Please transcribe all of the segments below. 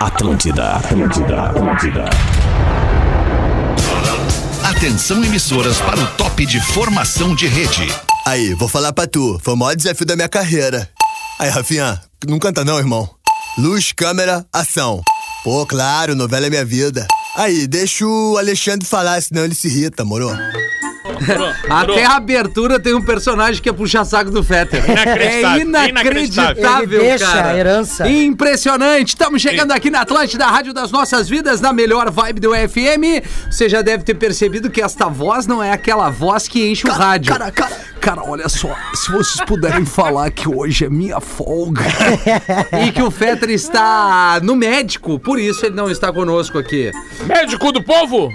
Atlântida, Atlântida, Atlântida. Atenção emissoras para o top de formação de rede. Aí, vou falar pra tu. Foi o maior desafio da minha carreira. Aí, Rafinha, não canta não, irmão. Luz, câmera, ação. Pô, claro, novela é minha vida. Aí, deixa o Alexandre falar, senão ele se irrita, moro? Até a abertura tem um personagem que é puxa-saco do Fetter. Inacreditável, É inacreditável, Ele deixa cara. a herança. Impressionante. Estamos chegando aqui na Atlântida, a Rádio das Nossas Vidas, na melhor vibe do FM. Você já deve ter percebido que esta voz não é aquela voz que enche o rádio. cara, cara. Cara, olha só, se vocês puderem falar que hoje é minha folga e que o Fetter está no médico, por isso ele não está conosco aqui. Médico do povo?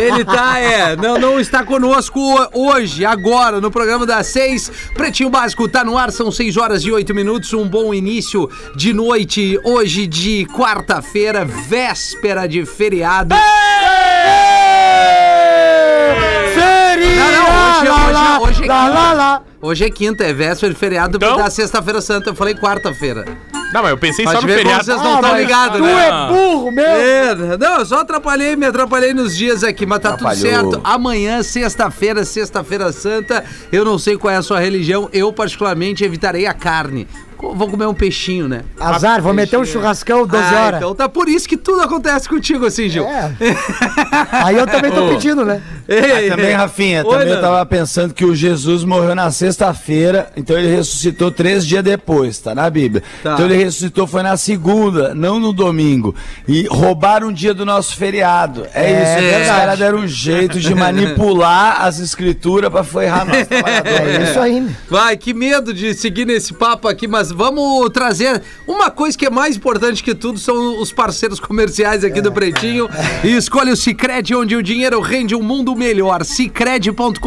Ele tá, é, não, não está conosco ho- hoje, agora, no programa das seis. Pretinho Básico tá no ar, são seis horas e oito minutos. Um bom início de noite, hoje de quarta-feira, véspera de feriado. Não, não, hoje, é- hoje, é- hoje é Lá, lá, quinta. lá. Hoje é quinta, é véspera de feriado Então? da sexta-feira santa. Eu falei quarta-feira. Não, mas eu pensei Pode só no ver como feriado. vocês não Ah, estão mas ligados, Tu né? é burro, meu. É, não, eu só atrapalhei, me atrapalhei nos dias aqui, mas tá tudo Atrapalhou. certo. Amanhã, sexta-feira, sexta-feira santa, eu não sei qual é a sua religião, eu particularmente evitarei a carne. Co- Vou comer um peixinho, né? Azar, vou meter um churrascão 12 Ah, horas. Então tá por isso que tudo acontece contigo assim, Gil. É. Aí eu também tô pedindo, né? Ei, Mas Ah, também, Rafinha, Oi, também eu Nando. tava Tá pensando que o Jesus morreu na sexta-feira, então ele ressuscitou três dias depois, tá na Bíblia. Tá. Então ele ressuscitou foi na segunda, não no domingo. E roubaram um dia do nosso feriado. É, isso, verdade. os caras deram um jeito de manipular as escrituras pra ferrar nós. né? É trabalhadores. isso aí. meu. Vai, que medo de seguir nesse papo aqui, mas vamos trazer uma coisa que é mais importante que tudo são os parceiros comerciais aqui do Pretinho. E escolha o Sicredi onde o dinheiro rende um mundo melhor. Sicredi.com.br.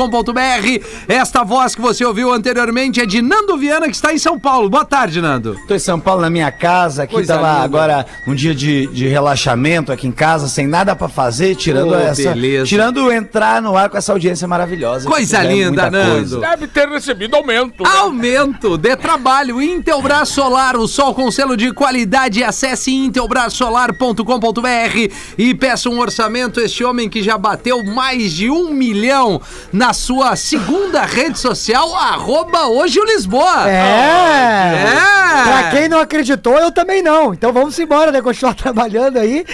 Esta voz que você ouviu anteriormente é de Nando Viana que está em São Paulo. Boa tarde, Nando. Tô em São Paulo na minha casa, aqui Coisa tava linda. agora um dia de, de relaxamento aqui em casa, sem nada pra fazer, tirando Oh, essa, beleza. tirando entrar no ar com essa audiência maravilhosa. que Coisa fizeram linda, muita coisa. Nando. Deve ter recebido aumento. né? Aumento de trabalho. Intelbras Solar, o sol com selo de qualidade. Acesse intelbrasolar.com.br e peça um orçamento. Este homem que já bateu mais de um milhão na sua segunda rede social, arroba hoje o Lisboa. É. É. Pra quem não acreditou, eu também não. Então vamos embora, né? Continuar trabalhando aí.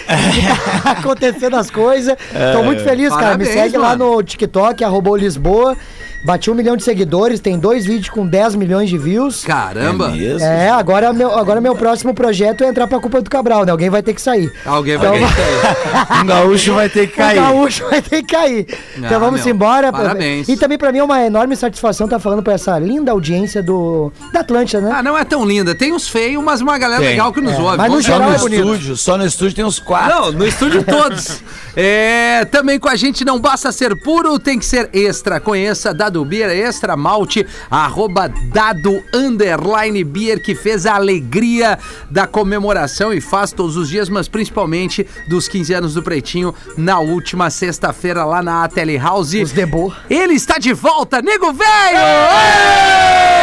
Tá acontecendo as coisas. Tô muito feliz, cara. Me É. Parabéns, segue lá mano. no TikTok, arroba o Lisboa. Bati um milhão de seguidores, tem dois vídeos com 10 milhões de views. Caramba. Mesmo? É, agora meu, agora meu próximo projeto é entrar pra culpa do Cabral, né? Alguém vai ter que sair. Alguém vai Então- ver. Um gaúcho vai ter que O cair. gaúcho vai ter que cair. Ah, então vamos meu, embora. parabéns. E também pra mim é uma enorme satisfação estar falando pra essa linda audiência do da Atlântida, né? Ah, não é tão linda. Tem uns feios, mas uma galera Tem. legal que nos É, ouve. mas no Vamos Só geral no ser é bonito. estúdio, só no estúdio tem uns quatro. Não, no estúdio todos. É, também com a gente não basta ser puro, tem que ser extra. Conheça Dado Beer Extra Malte, arroba Dado Underline Beer, que fez a alegria da comemoração e faz todos os dias, mas principalmente dos 15 anos do Pretinho, na última sexta-feira lá na Ateli House. Os Debô. Ele está de volta, nego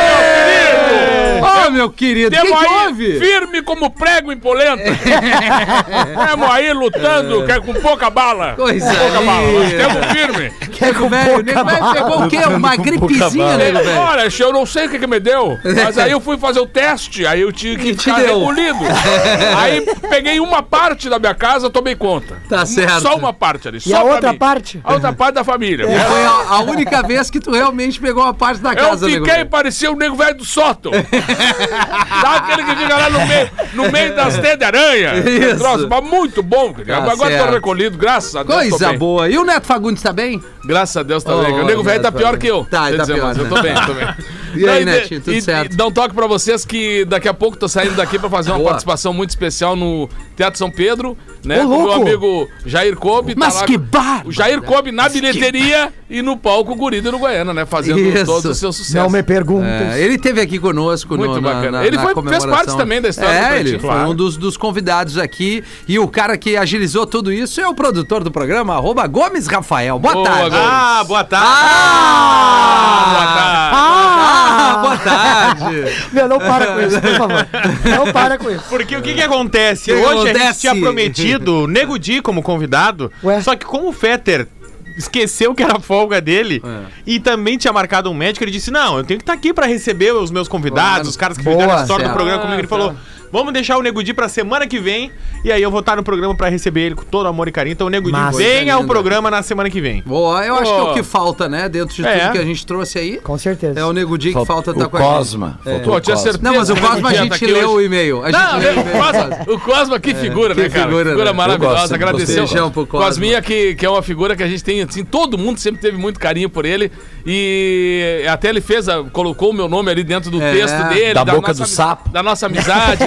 velho! Ô, meu querido, o que, Temos que aí houve? firme como prego em polenta. É. Temos aí lutando que é com pouca bala. Coisa Com pouca bala. Nós linda. temos firme. Nego velho, nego velho pegou o quê? Uma gripezinha, né? nego velho. É, Olha, eu não sei o que, que me deu, mas aí eu fui fazer o teste, aí eu tive que E te ficar deu. recolhido. aí peguei uma parte da minha casa, tomei conta. Tá certo. Só uma parte ali. E só a pra outra mim. parte? A outra parte da família. né? E Foi É, a, a única vez que tu realmente pegou uma parte da Eu casa, né, nego fiquei e velho. parecia o nego velho do sótão. Sabe aquele que fica lá no meio, no meio das teias de aranha? É um Isso. Troço, mas muito bom, cara. Tá Agora certo. tô recolhido, graças a Deus. tô Coisa bem. boa. E o Neto Fagundes tá bem? Graças a Deus tá Oh, bem. O nego velho tá Neto, pior que eu. tá, quer tá dizer, pior, mas né? Eu tô bem, tô bem. E aí, Não, Netinho, tudo e- certo? E dá um toque pra vocês que daqui a pouco tô saindo daqui pra fazer uma Boa. participação muito especial no Teatro São Pedro, né? com Ô, o meu louco! amigo Jair Kobe. Mas que barba! O Jair Kobe na bilheteria e no palco Gurido no Goiânia, né? Fazendo Isso. todos os seus sucessos. Não me perguntes. É, ele esteve aqui conosco no, Muito na- bacana. na- Ele na foi- fez comemoração. parte também da história do É, Pretinho, ele foi claro. um dos, dos convidados aqui. E o cara que agilizou tudo isso é o produtor do programa, arroba Gomes Rafael. Boa Ah, Boa, tarde. Gomes. Ah, boa tarde. Ah! Ah, boa tarde. Ah, Ah, boa tarde. Meu, não para com isso, por favor. Não para com isso. Porque o que que acontece? O que que Hoje a acontece? gente tinha prometido o Nego Di como convidado, Ué? só que como o Fetter esqueceu que era a folga dele e também tinha marcado um médico, ele disse, não, eu tenho que estar aqui pra receber os meus convidados, Claro. os caras que Boa, ficaram na história do certo. programa comigo. Ele falou, vamos deixar o Nego Di pra semana que vem e aí eu vou estar no programa pra receber ele com todo amor e carinho. Então o Nego Di Massa. vem ao Linda. programa na semana que vem. Boa, eu acho que é o Boa. que falta, né? Dentro de É. tudo que a gente trouxe aí. Com certeza. É o Nego Di que falta o tá com a gente. Cosma. É. Faltou Pô, o tinha Cosma. certeza. Não, mas o que o Cosma a Diá tá gente aqui leu o hoje. e-mail. A gente Não, leu o o e-mail. Cosma, o Cosma, que figura, que né, cara? figura, Figura, né? Eu maravilhosa, gosto, agradeceu. gostei, Beijão pro Cosma. Cosminha, que, que é uma figura que a gente tem, assim, todo mundo sempre teve muito carinho por ele. E até ele fez, a- colocou o meu nome ali dentro do É, texto dele. da boca do ami- sapo. Da nossa amizade,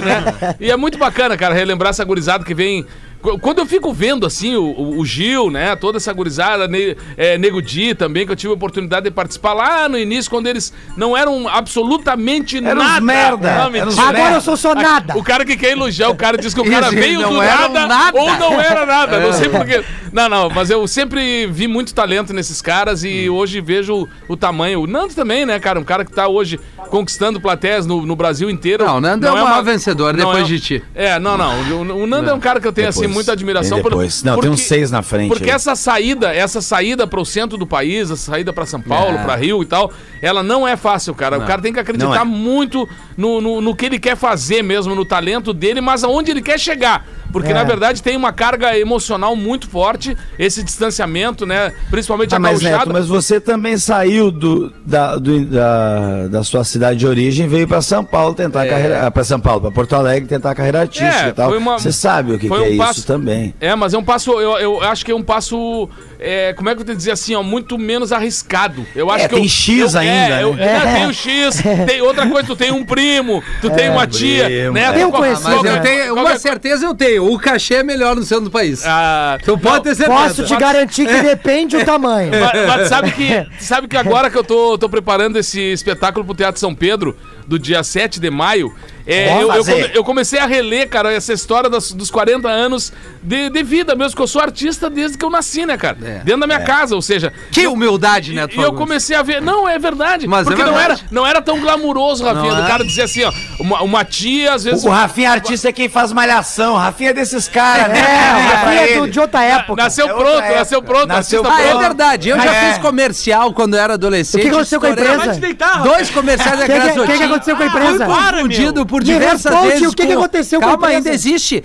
né? E é muito bacana, cara, relembrar essa gurizada que vem... Qu- Quando eu fico vendo, assim, o, o- o Gil, né, toda essa gurizada, ne, é, Nego Di também, que eu tive a oportunidade de participar lá no início, quando eles não eram absolutamente uns nada. merda, Não, eram mentira. uns Agora eu sou só nada. O cara que quer elogiar, o cara diz que o Isso, cara ele veio não do era um nada, nada. É. ou não era nada. Não sei porquê. Não, não, mas eu sempre vi muito talento nesses caras Hum. e hoje vejo o, o tamanho. O Nando também, né, cara? Um cara que tá hoje conquistando plateias no, no Brasil inteiro. Não, o Nando é o maior vencedor, não depois é- de ti. É, não, não. O, o Nando é um cara que eu tenho, assim, Depois. muita admiração. Vem depois. Não, tem uns seis na frente Porque aí. essa saída, essa saída pro centro do país, essa saída pra São Paulo, É. pra Rio e tal, ela não é fácil, cara. O cara tem que acreditar Não é. muito no, no, no que ele quer fazer mesmo, no talento dele, mas aonde ele quer chegar. Porque, É. na verdade, tem uma carga emocional muito forte, esse distanciamento, né? Principalmente Ah, a mas, gauchada. Neto, mas você também saiu do, da, do- da, da sua cidade de origem e veio pra São Paulo tentar É. a carreira. Para São Paulo, pra Porto Alegre tentar a carreira artística É, e tal. foi uma- Você sabe o que, foi que um é passo- isso também. É, mas é um passo, eu, eu acho que é um passo, é, como é que eu vou te dizer assim, ó, muito menos arriscado. Eu acho É, que tem eu- X eu- ainda, É, né? eu, né, tem o X, tem outra coisa, tu tem um primo, É. tu tem uma tia, primo, né? é. tu Eu qual- é conheci, Mas qualquer- eu tenho, uma qualquer- certeza eu tenho. O cachê é melhor no centro do país. Ah, Tu pode não, ter certeza. Posso te garantir que depende o tamanho. Mas, mas sabe que, sabe que agora que eu tô, tô preparando esse espetáculo pro Teatro São Pedro, do dia 7 de maio, é, eu, Vamos eu, fazer. come- eu comecei a reler, cara, essa história das- dos 40 anos de, de vida mesmo, que eu sou artista desde que eu nasci, né, cara? É. Dentro da minha casa, ou seja. Que humildade, E, né, e eu comecei a ver. Não, é verdade. Mas é porque não, era, verdade. não era tão glamuroso, Rafinha, Não do é. cara dizer assim, ó, uma, uma tia, às vezes. O Rafinha artista é quem faz malhação. Rafinha é desses caras, né? É, Olha a pra filha ele. do, de outra época. Nasceu É outra pronto, época. nasceu pronto, Nasceu artista Ah, é pronto. verdade. Eu já É. fiz comercial quando eu era adolescente. O que aconteceu com a estourei- empresa? Dois comerciais da Que que- Grazotin. que que aconteceu com a empresa? Fui Para, confundido por Me diversas responde, vezes. o que que aconteceu com a Calma, empresa? ainda existe.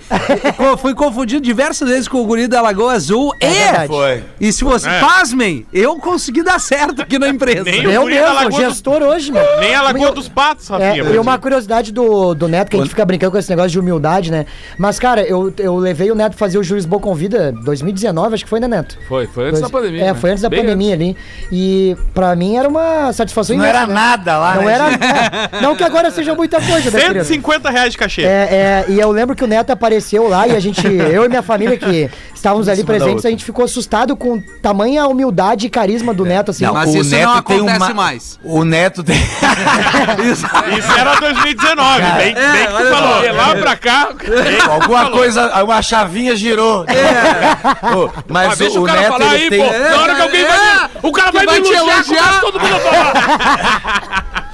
Eu Fui confundido diversas vezes com o guri da Lagoa Azul. É verdade. e... Foi. E se vocês... É. Pasmem, eu consegui dar certo aqui na empresa. Nem Eu o guri da mesmo, Lagoa do- gestor hoje, meu. Nem a Lagoa dos Patos, É, Rafinha. e uma curiosidade do, do Neto, que a gente fica brincando com esse negócio de humildade, né? Mas, cara, eu, eu levei o Neto fazer o Juiz Boa Convida 2019, acho que foi, né, Neto? Foi, foi antes da pandemia. É, né? foi antes da Bem pandemia ali. E pra mim era uma satisfação Não imensa, era né? nada lá, Não né, era. gente? é, não que agora seja muita coisa, né, querido? 150 reais de cachê. É, é, e eu lembro que o Neto apareceu lá e a gente, eu e minha família que estávamos ali presentes, a gente ficou assustado com tamanha humildade e carisma do Neto, assim. Mas o isso não Neto tem acontece uma- mais. O Neto tem. Isso. Isso era 2019, bem, bem é, que olha tu falou. só. De lá pra cá. Alguma coisa, uma chavinha girou. Ô, mas Ah, o, deixa o, o cara Neto falar ele aí, tem. pô. Na hora que alguém é. vai. O cara Que vai, vai me te elogiar, começa elogiar. todo mundo a falar.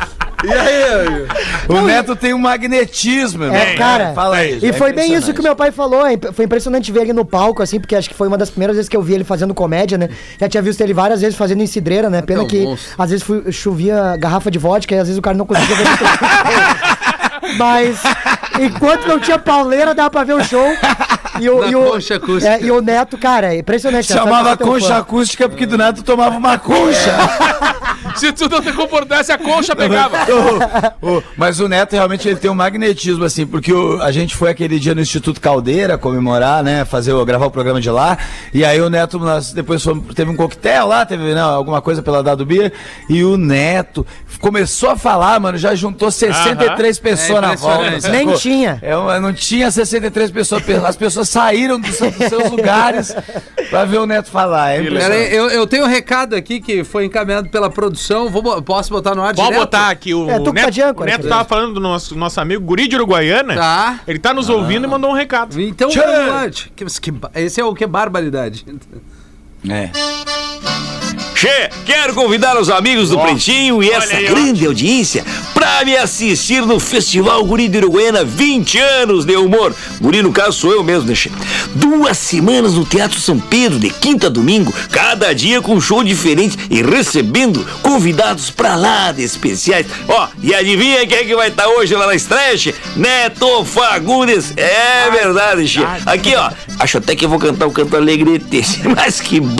O Neto tem um magnetismo, É, irmão. cara. Fala aí. E é foi bem isso que impressionante. meu pai falou. é imp- Foi impressionante ver ele no palco, assim, porque acho que foi uma das primeiras vezes que eu vi ele fazendo comédia, né? Já tinha visto ele várias vezes fazendo em cidreira, né? Pena um que monstro. às vezes fui- chovia garrafa de vodka e às vezes o cara não conseguia ver. tudo. Mas enquanto não tinha pauleira, dava pra ver o show. E o, Na e, o, concha acústica. é, e o Neto, cara, é impressionante. né? Sabe Chamava que eu sou teu concha fã. acústica porque do nada tu tomava uma concha. Se tu não te comportasse, a concha pegava. O- o- mas o Neto realmente ele tem um magnetismo, assim, porque o- a gente foi aquele dia no Instituto Caldeira comemorar, né? Fazer, o- gravar o programa de lá. E aí o Neto, nós depois fomos- teve um coquetel lá, teve não, alguma coisa pela Dado Bia. E o Neto começou a falar, mano, já juntou 63 pessoas na volta. impressionante. sacou? Nem tinha. É uma- não tinha 63 pessoas, pe- as pessoas saíram dos, seus- dos seus lugares pra ver o Neto falar. É Pera impressionante. aí, eu, eu tenho um recado aqui que foi encaminhado pela produção. Vou, bo- posso botar no ar Pode direto? botar aqui o É, tu que tá Neto, de âncora, o Neto querido. tava falando do nosso, nosso amigo Guri de Uruguaiana. Tá. Ele tá nos ouvindo e mandou um recado. Então, Tchê! é vamos lá. Que- que ba- esse é o que? Barbaridade. É. Che, quero convidar os amigos do Pretinho e essa grande audiência para me assistir no Festival Guri de Uruguaiana 20 anos de humor. Guri, no caso, sou eu mesmo, né, Che? Duas semanas no Teatro São Pedro, de quinta a domingo, cada dia com um show diferente e recebendo convidados pra lá de especiais. Ó, e adivinha quem é que vai estar hoje lá na estreia, Che? Neto Fagundes. É verdade, Che. Aqui, ó, acho até que eu vou cantar o canto alegretense, mas que ideia.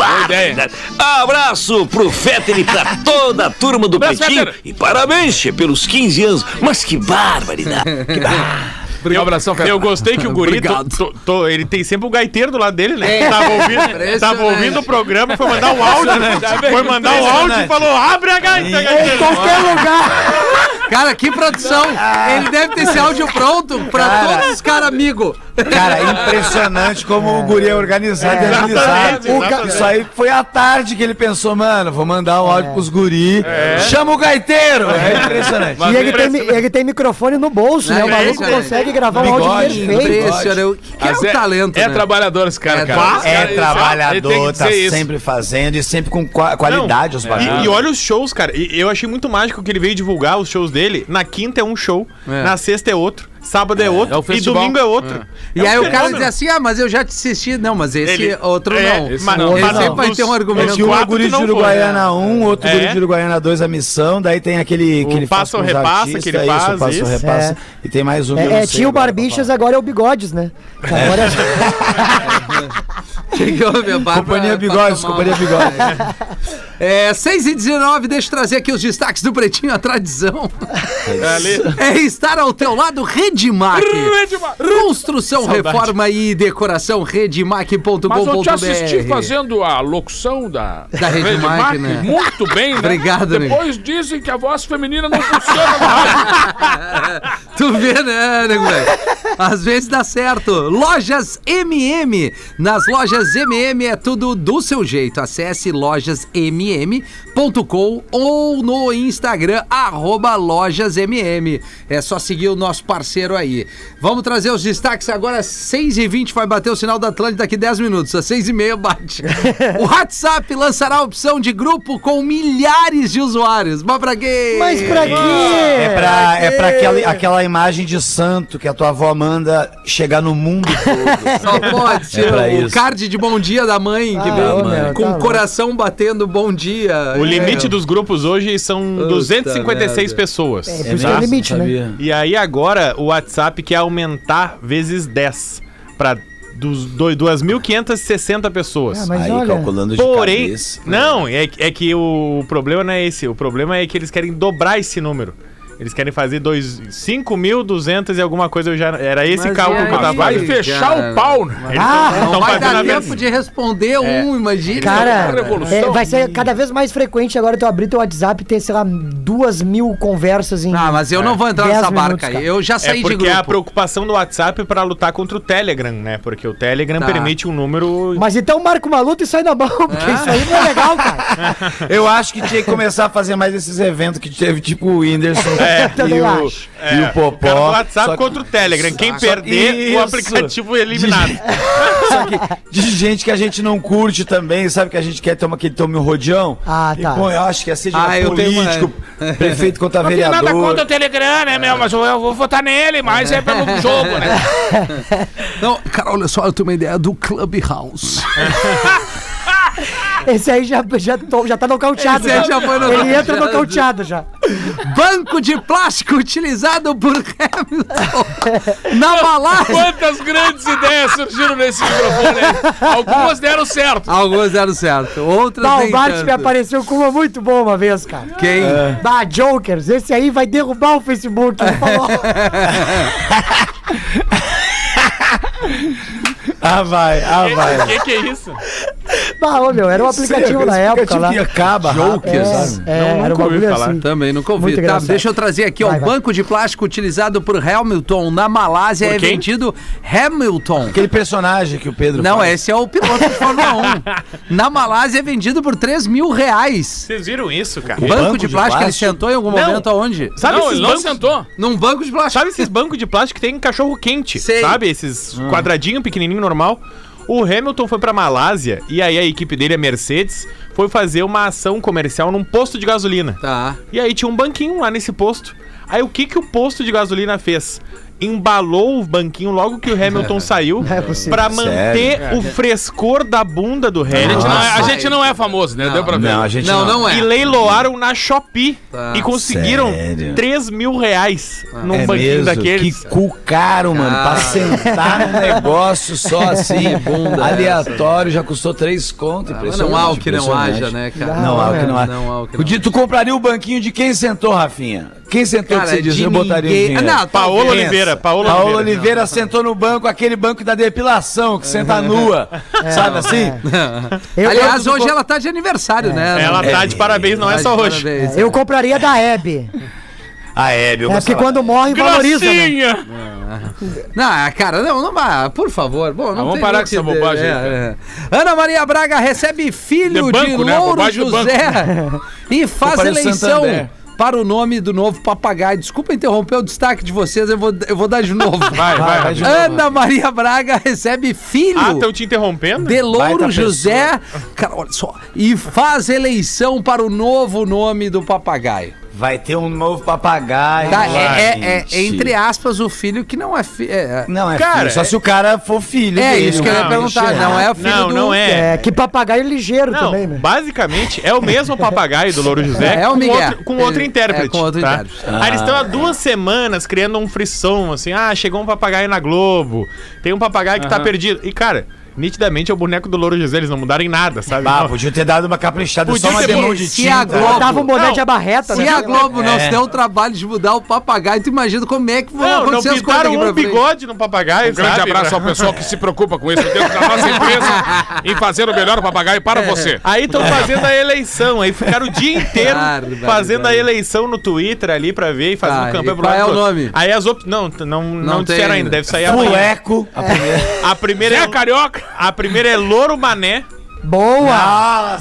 barra! Abraço pro Fetter e pra toda a turma do Abraço, Pretinho. Fetter. E parabéns, che, pelos 15 anos. Mas que barbaridade. Que barbaridade. Um abração, cara. Eu gostei que o guri, to- to- to- ele tem sempre o gaiteiro do lado dele, né? Tava ouvindo, tava ouvindo o programa, foi mandar um áudio, né? Foi mandar um áudio e falou, abre a gaita, Em gaiteiro. qualquer lugar. Cara, que produção! Ah! Ele deve ter esse áudio pronto pra Cara. todos os caras amigos. Cara, impressionante como o guri é organizado. É, e exatamente, agilizado. O ga- exatamente. Isso aí foi à tarde que ele pensou, mano, vou mandar um É. áudio pros guri. É. Chama o gaiteiro! É impressionante. E ele tem, mi- ele tem microfone no bolso, né? O É, maluco é, é. consegue gravar um Bigode, áudio perfeito. Impressionante. Ah, Que é Mas o talento, É né? trabalhador esse cara, É cara. tra- Esse cara, É ele- ele tem trabalhador, que tá dizer isso. sempre fazendo e sempre com qua- Não, qualidade os E, bagulhos. e olha os shows, cara. E eu achei muito mágico que ele veio divulgar os shows dele. Na quinta é um show, É. na sexta é outro, sábado é, é outro o e festival. domingo é outro. E É um aí o cara fenômeno. diz assim: ah, mas eu já te assisti. Não, mas esse Ele- outro é, não. esse não. Ele Mas sempre não, vai dos- ter um argumento. dos Que um é quatro guri tu de não foi, né? Uruguaiana 1, outro É. guri de Uruguaiana 2, a missão, daí tem aquele que O ele passa ou com os é repassa, que ele isso, faz, passa ou isso. repassa. E tem mais um que eu não É, é sei tio agora pra Barbichas, falar. agora é o Bigodes, né? Que Agora é... Companhia Bigodes, Companhia Bigodes. tá É, 6 e 19, deixa eu trazer aqui os destaques do Pretinho, a tradição. É estar ao teu lado, Redmac. Construção, reforma e decoração, Mas eu te assisti redmac.com.br. fazendo a locução da, Da Rede Mac, né? muito bem, né? Obrigado, né? Depois dizem que a voz feminina não funciona na rádio. Tu vê, né, nego velho? Às vezes dá certo. Lojas MM. Nas lojas MM é tudo do seu jeito. Acesse lojasmm.com ou no Instagram, arroba lojasmm. É só seguir o nosso parceiro aí. Vamos trazer os destaques agora, às 6h20 vai bater o sinal da Atlântida daqui 10 minutos. Às 6h30 bate. o WhatsApp lançará a opção de grupo com milhares de usuários. Mas pra quê? Mas pra É quê? pra, é pra aquela, aquela imagem de santo que a tua avó manda chegar no mundo todo. Só pode ser É pra o isso. card de bom dia da mãe, que vem ô, meu, com tá o coração batendo bom dia. O É. limite dos grupos hoje são 256 merda. pessoas. tá? É por isso que é o limite, né? E aí agora o WhatsApp quer aumentar vezes 10 para dos dois- 2.560 Ah, pessoas. mas Aí olha, calculando de Porém, cabeça. não, é, é que o problema não é esse. O problema é que eles querem dobrar esse número. Eles querem fazer dois- 5.200 e alguma coisa. Eu já, era esse Mas cálculo e que eu aí? tava. Vai fechar cara. o pau, né? Eles Ah, tão- Não tão vai dar fazendo a tempo de responder É. um, imagina. cara, revolução. é, vai ser cada vez mais frequente agora tu abrir teu WhatsApp e ter, sei lá, duas mil conversas em... Ah, mas eu não vou entrar Dez nessa minutos, barca aí. cara. Eu já saí É de porque é a grupo. preocupação do WhatsApp pra lutar contra o Telegram, né? Porque o Telegram Tá. permite um número. Mas então marca uma luta e sai na mão, porque isso aí não é legal, cara. Eu acho que tinha que começar a fazer mais esses eventos que teve, tipo o Whindersson e, também o, acho. e o É, O cara do Popó. WhatsApp Só que- contra o Telegram. Quem Só- perder, Isso. o aplicativo é eliminado. Só que de gente que a gente não curte também, sabe que a gente quer tomar aquele tome um rodeão. Ah, tá. E, pô, eu acho que assim, Ah, eu tenho uma- político, prefeito contra Não tem vereador. nada contra o Telegram, né, meu? Mas eu, eu vou votar nele, mas é pelo jogo, né? Não, cara, olha só, eu tenho uma ideia do Clubhouse. Esse aí já, já, to- já tá nocauteado. Esse aí né? já foi Ele entra nocauteado. nocauteado já. Banco de plástico utilizado por Hamilton na balada. Quantas grandes ideias surgiram nesse microfone aí. Algumas deram certo. Alguns deram certo, outras Bah, nem Tá, o Bart me tanto. apareceu com uma muito boa uma vez, cara. Quem? Bah, Jokers, esse aí vai derrubar o Facebook. Ele falou. Ah, vai, ah, O vai. que, que é isso? Bah, ô, meu, era um aplicativo Esse na época aplicativo lá. que acaba. Jokers. rápido. É, era um bagulho assim. Também nunca ouvi. Muito Tá, engraçado. deixa eu trazer aqui, ó. Vai, O vai. banco de plástico utilizado por Hamilton na Malásia é quem? vendido Hamilton. É. Aquele personagem que o Pedro Não, faz. esse é o piloto de Fórmula 1. Na Malásia é vendido por 3 mil reais. Vocês viram isso, cara? Banco, banco de, de plástico, ele plástico? sentou em algum Não. momento aonde? Sabe não, esses ele não bancos... sentou. Num banco de plástico. Sabe esses bancos de plástico que tem cachorro quente? Sei. Ah. Sabe? Esses quadradinho pequenininho normal. O Hamilton foi pra Malásia e aí a equipe dele, a Mercedes, foi fazer uma ação comercial num posto de gasolina. Tá. E aí tinha um banquinho lá nesse posto. Aí o que, que o posto de gasolina fez? Embalou o banquinho logo que o Hamilton saiu Não é possível. pra manter É. o frescor da bunda Ah. do Hamilton. Não, a Nossa. gente não é famoso, né? Deu pra ver. Não, a gente Não, não é. E leiloaram na Shopee Tá. e conseguiram Sério? 3 mil reais num um É banquinho mesmo? daqueles. Que cu caro, mano. Ah. Pra sentar num negócio só assim, É aleatório, já custou três conto. né? Ah, Tá, Mas não há o que não haja, né, cara? Não, há o que não há. Não há o que não Podia- Tu compraria o banquinho de quem sentou, Rafinha? Quem sentou que você diz? Eu botaria o dinheiro. Ah, não, Paola talvez. Oliveira, Paola Paola Oliveira. Oliveira sentou no banco, aquele banco da depilação, que É. senta nua, sabe assim? Eu- Aliás, eu- hoje ela tá de É. aniversário, né? Ela tá de parabéns, não é só de hoje. parabéns. Eu compraria da Hebe. A Hebe, eu É porque quando morre, valoriza. né? Não, cara, não, não, ah, por favor. Bom, não vamos tem parar nem com que essa de- bobagem aí, é, é. Ana Maria Braga recebe filho de, De banco, né? Louro Bobagem do José e faz Parece eleição Santander. para o nome do novo papagaio. Desculpa interromper o destaque de vocês, eu vou, eu vou dar de novo. Vai, vai, vai. de novo. Ana Maria Braga recebe filho. Ah, estão te interrompendo? De Louro Baita José, cara, olha só, e faz eleição para o novo nome do papagaio. Vai ter um novo papagaio. Tá? lá, É, é- é, gente. entre aspas, o filho que não é, fi- é- Não, é Cara, filho, só é- se o cara for filho É dele, isso que eu ia né? perguntar, não é o filho Não, do... não é. É, que papagaio ligeiro Não, também, né? basicamente é o mesmo papagaio do Louro José É, é o com, Miguel. outro, com outro Ele- intérprete. é, com outro tá? intérprete. Ah, eles estão há duas semanas criando um frisson, assim, ah, chegou um papagaio na Globo, tem um papagaio que tá perdido. E, cara, nitidamente é o boneco do Louro José, eles não mudaram em nada, sabe? Bah, Não. podia ter dado uma caprichada Podia só uma ter demão bom- de se a tinta. Globo- Botava um boné Não, de abarreta, né? Se a Globo não É. se deu o trabalho de mudar o papagaio, tu imagina como é que vão Não, não acontecer as coisas pintaram aqui pra um frente. bigode no papagaio, Um grande sabe? abraço ao pessoal que se preocupa com isso dentro da nossa empresa em fazer o melhor papagaio É. para você. Aí estão É. fazendo a eleição, aí ficaram o dia inteiro Claro, fazendo claro. a eleição no Twitter ali pra ver e fazendo Tá, campanha e pro qual é lado do o outro. nome? Aí as op... não, t- não, não, Não tem disseram ainda. ainda, deve sair amanhã. Fuleco. A primeira. A primeira Zé é Carioca! a primeira é Louro Mané, Boa! Nossa,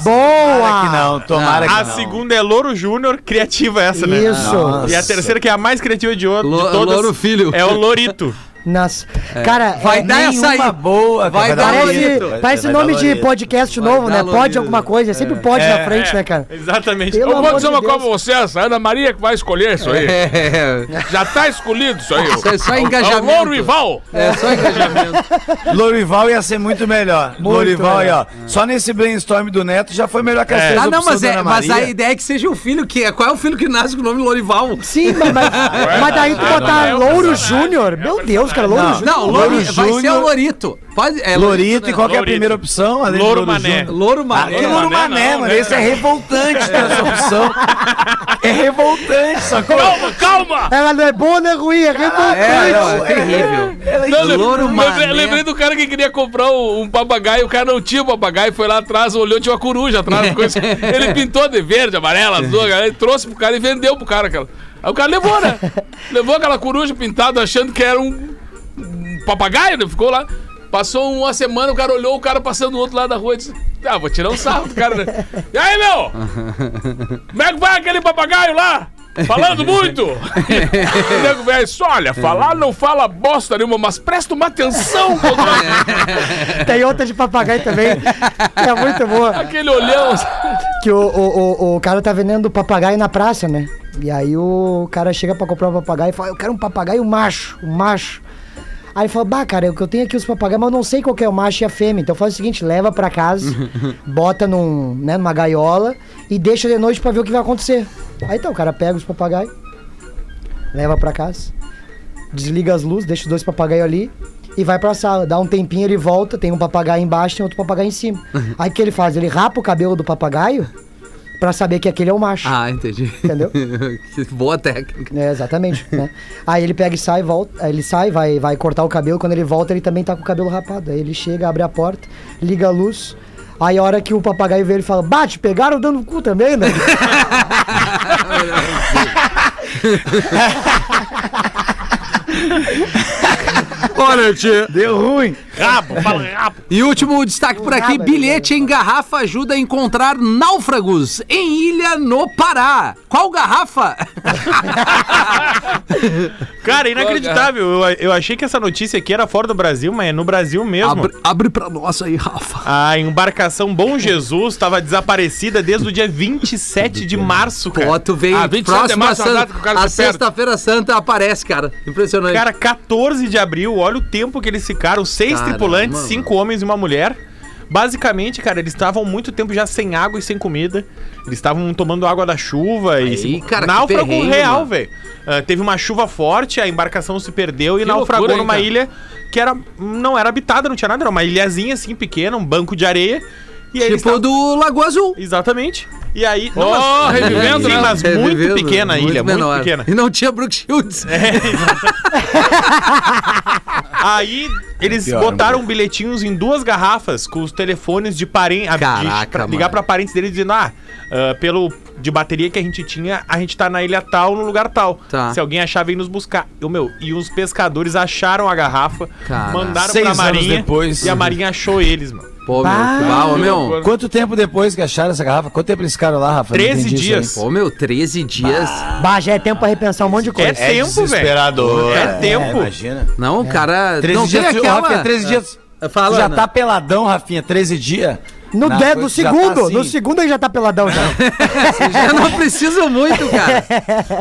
Boa! Ah, Tomara que não, tomara que a não. segunda é Louro Júnior, criativa essa, né? Isso! E a terceira, que é a mais criativa de, outro, Lo- de todas, Louro Filho. é o Lourito. Nossa. Cara, é, Vai dar essa aí. Uma boa, Vai dar dar Parece, Loreto, vai- parece vai nome dar de Loreto. podcast Vai novo, dar né? Loreto. Pode alguma coisa. É sempre pode na frente, né, cara? Exatamente. Pelo Eu amor vou dizer de uma Deus. coisa pra vocês, a Ana Maria que vai escolher isso aí. É, Já tá escolhido isso aí. Isso é só É o- engajamento. É o Louro e Val. é só engajamento. Lorival ia ser muito melhor. Lorival aí, ó. Só nesse brainstorm do Neto já foi melhor que as três Ah, não, opções mas, da é, Ana mas a Maria. ideia é que seja o filho que... é- Qual é o filho que nasce com o nome Lorival? Sim, mas, mas, mas daí Ah, tu não, botar é um Louro personagem, Júnior. é um Meu Deus, cara, Louro Não. Júnior. Não, Louro Lori, vai ser Júnior. o Lorito. Pode, é Lorito e né? qual que é a Lorito. primeira opção? além de Louro Mané. Júnior? Louro Ah, que Maré. Louro Mané Mané, não, mano. né, Esse é revoltante ter essa opção. É revoltante, sacou? Calma, calma! Ela não é boa, não é ruim, é revoltante. É, não, é terrível. Ela Não, lembrei- Louro lembrei, Mané. lembrei do cara que queria comprar um, um papagaio, o cara não tinha papagaio, foi lá atrás, olhou, tinha uma coruja atrás. ficou assim. ele pintou de verde, amarela, azul, cara, ele trouxe pro cara e vendeu pro cara aquela. Aí o cara levou, né? levou aquela coruja pintada achando que era um, um papagaio, né? Ficou lá. Passou uma semana, o cara olhou o cara passando do outro lado da rua e disse: Ah, vou tirar um sarro do cara, né? E aí, meu? Como é que vai aquele papagaio lá? Falando muito! o nego velho, disse, olha, falar não fala bosta nenhuma, mas presta uma atenção quando É. Tem outra de papagaio também. É muito boa. aquele olhão. assim." Que o, o, o, o cara tá vendendo papagaio na praça, né? E aí o cara chega pra comprar um papagaio e fala, eu quero um papagaio macho, um macho. Aí ele fala, bah, cara, o que eu tenho aqui os papagaios, mas eu não sei qual que é o macho e a fêmea. Então faz o seguinte, leva pra casa, bota num, né, numa gaiola e deixa de noite pra ver o que vai acontecer. Aí então o cara pega os papagaios, leva pra casa, desliga as luzes, deixa os dois papagaios ali e vai pra sala. Dá um tempinho, ele volta, tem um papagaio embaixo, tem outro papagaio em cima. Aí o que ele faz? Ele rapa o cabelo do papagaio pra saber que aquele é o macho. Ah, entendi. Entendeu? que boa técnica. É, exatamente, né? Aí ele pega e sai, volta, aí ele sai, vai, vai cortar o cabelo, quando ele volta ele também tá com o cabelo rapado. Aí ele chega, abre a porta, liga a luz, aí a hora que o papagaio vê ele fala, bate, pegaram dando cu também, né? Olha, tio. Deu ruim. Ah, rabo, fala É. rabo. E último destaque por aqui: Nada, bilhete em garrafa ajuda a encontrar náufragos em ilha no Pará. Qual garrafa? Cara, inacreditável. Eu, é. eu achei que essa notícia aqui era fora do Brasil, mas é no Brasil mesmo. Abre, abre pra nós aí, Rafa. A embarcação Bom Jesus estava desaparecida desde o dia 27 de março, cara. Pô, tu veio Ah, 27 próximo é mais a, uma san- data que o cara a se perde. sexta-feira santa aparece, cara. Impressionante. Cara, 14 de abril, olha o tempo que eles ficaram. Seis Caramba, tripulantes, mano. cinco homens e uma mulher. Basicamente, cara, eles estavam muito tempo já sem água e sem comida. Eles estavam tomando água da chuva Aí, e se... cara, que náufrago perrengue, real, mano. velho. Ah, teve uma chuva forte, a embarcação se perdeu e Que naufragou loucura, hein, numa cara? ilha que era não era habitada, não tinha nada, era uma ilhazinha assim pequena, um banco de areia. E aí eles tipo tavam- do Lagoa Azul. Exatamente. E aí. Ó, revivendo, sim, né? mas É, muito vivendo, pequena a ilha, muito menor. pequena. E não tinha Brook Shields. Aí eles botaram bilhetinhos em duas garrafas com os telefones de parentes. Caraca, mano. Ligar pra parentes deles dizendo: ah, ah, pelo de bateria que a gente tinha, a gente tá na ilha tal, no lugar tal. Tá. Se alguém achar, vem nos buscar. Eu, meu, e os pescadores acharam a garrafa, Cara. mandaram Seis pra anos Marinha depois. e a Marinha achou eles, mano. Pô, meu, que bala, meu. Quanto tempo depois que acharam essa garrafa? Quanto tempo eles ficaram lá, Rafa? Não 13 entendi isso dias. Pô, meu, 13 dias. Bah, já é tempo pra repensar um monte de É coisa. tempo, velho. Desesperador. É tempo. imagina. Não, cara. 13 não dias, tem tu- aquela... Ah, Rafinha, 13 dias. Fala, tu já Ana. tá peladão, Rafinha, 13 dias. No, Na de, coisa no já tá segundo, assim. no segundo ele já tá peladão já. Eu não preciso muito, cara.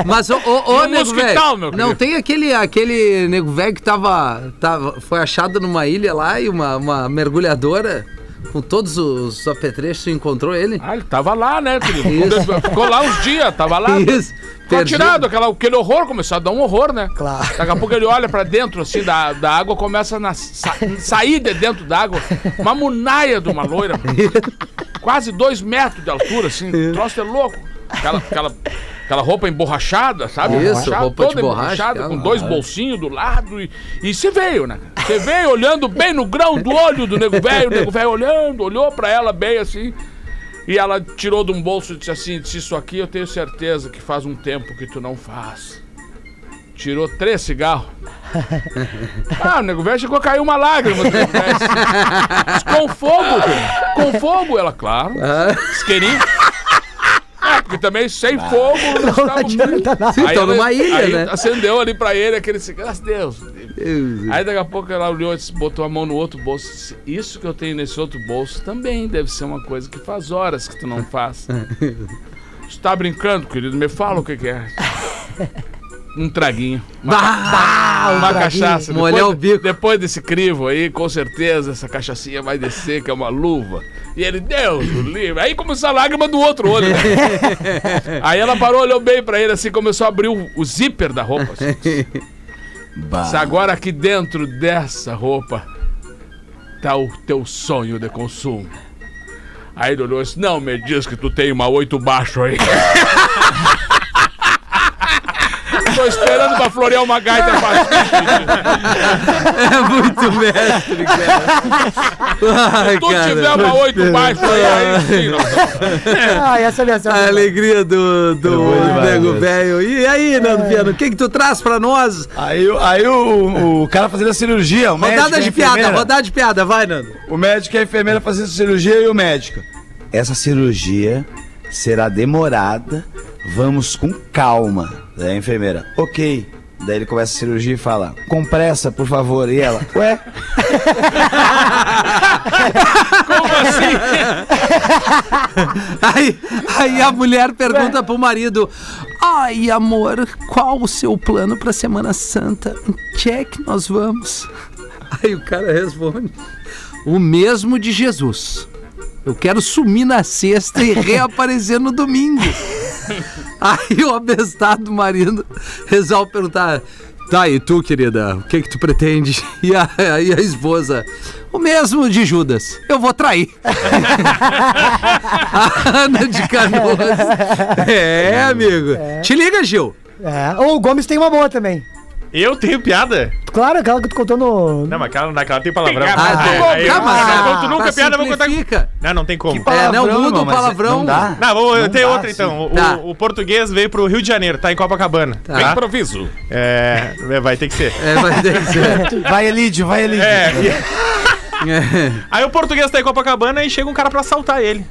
Mas, ô, ô, ô E um nego mosquital, meu velho. Não, querido. tem aquele, aquele nego velho que tava, tava. Foi achado numa ilha lá e uma, uma mergulhadora com todos os apetrechos encontrou ele. Ah, ele tava lá, né, querido? Isso. Ficou lá uns dias, tava lá. Isso. Ficou Perdido. tirado, aquela, aquele horror começou a dar um horror, né? Claro. Daqui a pouco ele olha pra dentro, assim, da, da água, começa a na- sa- sair de dentro da água. Uma munaia de uma loira, mano. quase dois metros de altura, assim. O troço é louco. Aquela, aquela, aquela roupa emborrachada, sabe? Isso, Emborrachada, roupa de toda borracha, é um emborrachada, aquela. com dois bolsinhos do lado. E, e se veio, né? Você veio olhando bem no grão do olho do nego velho, o nego velho olhando, olhou pra ela bem assim. E ela tirou de um bolso e disse assim: disse, Isso aqui eu tenho certeza que faz um tempo que tu não faz. Tirou três cigarros. Ah, o nego velho chegou a cair uma lágrima. do nego velho, assim. Disse, Com fogo, filho. com fogo. Ela, claro. Diz, "Querido." Ah, porque também sem fogo não, Não estava adianta nada. Sim, tô numa ilha, aí né? acendeu ali pra ele aquele cigarro. "Ah, Deus. Aí daqui a pouco ela olhou, e disse, botou a mão no outro bolso. e Disse, Isso que eu tenho nesse outro bolso também deve ser uma coisa que faz horas que tu não faz. Tu tá brincando, querido? Me fala o que, que é. Um traguinho. Bah! Uma traguinho. cachaça. Molhar Depois- o bico. Depois desse crivo aí, com certeza, essa cachaçinha vai descer, que é uma luva. E ele, Deus, o livro. Aí começou a lágrima do outro olho. né? aí ela parou, olhou bem pra ele, assim, começou a abrir o, o zíper da roupa. assim. Se agora aqui dentro dessa roupa tá o teu sonho de consumo. Aí ele olhou e disse, não me diz que tu tem uma oito baixo aí. Tô esperando pra florear uma gaita pra É muito mestre, cara. Ai, tu tiver uma oito baixo É. aí, aí sim, nós- Ah, essa é a minha A sensação. alegria do, do Nego Velho. E aí, Nando É. Piano, o que, que tu traz pra nós? Aí, o- aí o, o cara fazendo a cirurgia, o médico. e Rodada a de piada, enfermeira. rodada de piada, vai, Nando. O médico e a enfermeira fazendo cirurgia e o médico. Essa cirurgia será demorada, vamos com calma. Daí a enfermeira, ok. Daí ele começa a cirurgia e fala, com pressa, por favor. E ela, ué? Como assim? Aí, aí a mulher pergunta pro marido: Ai, amor, qual o seu plano pra Semana Santa? Onde é que nós vamos? Aí o cara responde: O mesmo de Jesus. Eu quero sumir na sexta e reaparecer no domingo. Aí o abestado marido resolve perguntar: Tá, e tu, querida, o que que tu pretende? E a, e a esposa: O mesmo de Judas, eu vou trair. A Ana de Canoas. É, amigo. Te liga, Gil. É. Ou o Gomes tem uma boa também. Eu tenho piada? Claro, aquela que tu contou no. Não, mas aquela não dá, aquela tem palavrão. Tem, tá. ah, Aí- tá. tem. aí- Ah, aí- mas- eu conto nunca é é mas piada, eu vou contar. simplifica. Não, não tem como. É, não, muda o mas palavrão. Não dá. Não, vou Não ter dá, outra sim. então. O, Tá. o português veio pro Rio de Janeiro, tá em Copacabana. Tá. Tá? Improviso. É, vai ter que ser. É, vai ter que ser. Vai, Elidio, vai, Elidio. É, Aí o português tá em Copacabana e chega um cara pra assaltar ele.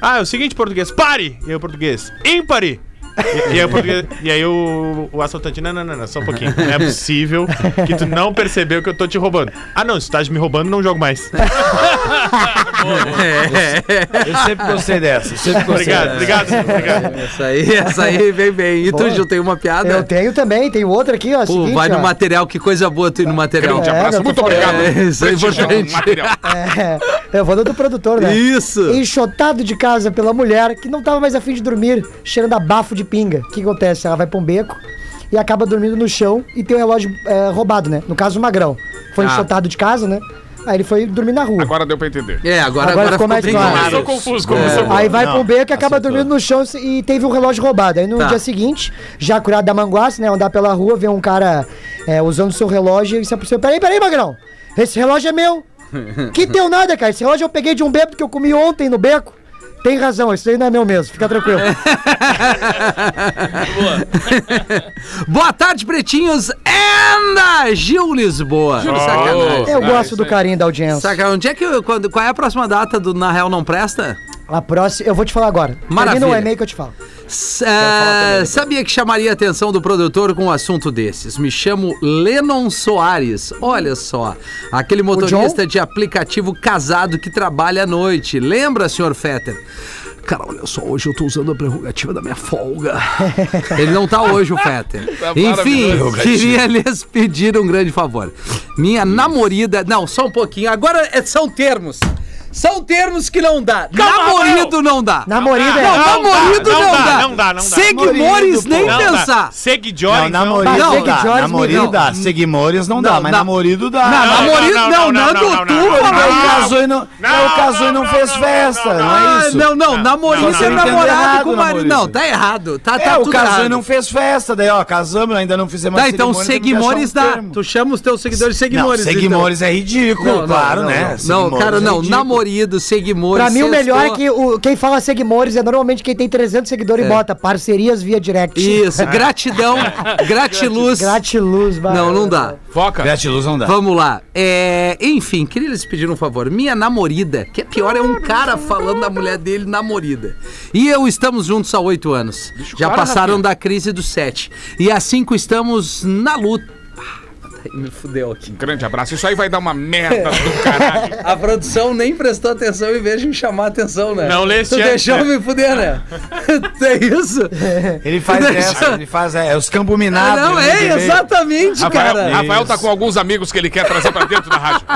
Ah, é o seguinte, português, pare! E aí o português, ímpare! E, e aí, o, português- e aí o- o assaltante, não, não, não, não, só um pouquinho. Não é possível que tu não percebeu que eu tô te roubando. Ah, não, se tu tá me roubando, não jogo mais. É, Eu sempre gostei dessa. eu Sempre gostei Obrigado, obrigado, obrigado. Essa aí, essa aí vem bem. E tu, Boa. Gil, tem uma piada? Eu tenho também, tem outra aqui, ó. Pô, seguinte, vai ó. no material, que coisa boa tu ir no material. grande abraço, muito obrigado. É, isso é importante. É, eu vou no do produtor, né? Isso. Enxotado de casa pela mulher que não tava mais afim de dormir, cheirando a bafo de pinga. O que acontece? Ela vai pra um beco e acaba dormindo no chão e tem o relógio é, roubado, né? No caso, o magrão. Foi Ah. enxotado de casa, né? Aí ele foi dormir na rua. Agora deu pra entender. É, agora, agora, Agora ficou mais bem claro. Começou confuso, É. começou Aí vai Não, pro beco e acaba acertou. dormindo no chão e teve o relógio roubado. Aí no Tá. dia seguinte, já curado da manguaça, né? Andar pela rua, vê um cara é, usando seu relógio e se aproxima. Peraí, peraí, Magrão! Esse relógio é meu! que teu nada, cara? Esse relógio eu peguei de um bêbado que eu comi ontem no beco. Tem razão, esse aí não é meu mesmo, fica tranquilo. Boa tarde, pretinhos. Anda, Gil Lisboa. Gil, sacanagem. Eu gosto do carinho da audiência. Sacanagem. Onde é que, eu- quando, qual é a próxima data do Na Real Não Presta? A próxima, eu vou te falar agora. Maravilha. Termina o e-mail que eu te falo. S- ah, sabia que chamaria a atenção do produtor com um assunto desses. Me chamo Lennon Soares. Olha só, aquele motorista de aplicativo casado que trabalha à noite. Lembra, senhor Fetter? Cara, olha só, hoje eu tô usando a prerrogativa da minha folga. Ele não tá hoje, o Fetter. Enfim, queria lhes pedir um grande favor. Minha namorada. Não, só um pouquinho. Agora é- são termos. São termos que não dá. Namorido não dá. Namorida Não, é. não. Namorido dá, não, não dá. dá, não dá, não dá. Seguimores nem Não dá. pensar. Não, Seguidores. namorido Não, dá. Jorge, namorido não. dá. Seguimores não dá, Não, mas não. namorido dá. Não, Não, namorido não, não, não, não, não, Nando, não, tu, não, não, Aí o não, casou e não, aí o casou e não não, fez não, festa, não, não, não, é Ah, isso? não, não, namorista não, é não. Entendeu namorado errado, com o marido. namorista. Não, tá errado. Tá, É, tá o tudo casou e errado. não fez festa, daí ó, casamos, ainda não fizemos Tá, a então cerimônia, temos que seguimores achar um dá. termo. Tu chama os teus seguidores de seguimores. Não, seguimores é ridículo, então. Não, não, claro, não, né? Não, não, Seguimores cara, é não. ridículo. Namorido, seguimores. Pra mim, o melhor é sextou. que o, quem fala seguimores é normalmente quem tem 300 seguidores É. e bota parcerias via direct. Isso, gratidão, gratiluz. Gratiluz, vai. Não, não dá. Foca. Gratiluz não dá. Vamos lá. É, enfim, queria lhes pedir um favor. Minha namorida, que é pior, é um cara falando da mulher dele, namorida. E eu estamos juntos há oito anos. Já cara, passaram da crise dos sete. E há cinco estamos na luta. Ah, daí me fudeu aqui. Grande abraço. Isso aí vai dar uma merda do caralho. A produção nem prestou atenção e vejo em chamar atenção, né? Não lê Tu esse ano, deixou né? me fuder, né? é isso? Ele faz Deixa- essa, ele faz é, é os Ah, cambuminados. não, né? é, exatamente, Rafael, cara. Rafael tá com alguns amigos que ele quer trazer pra dentro da rádio.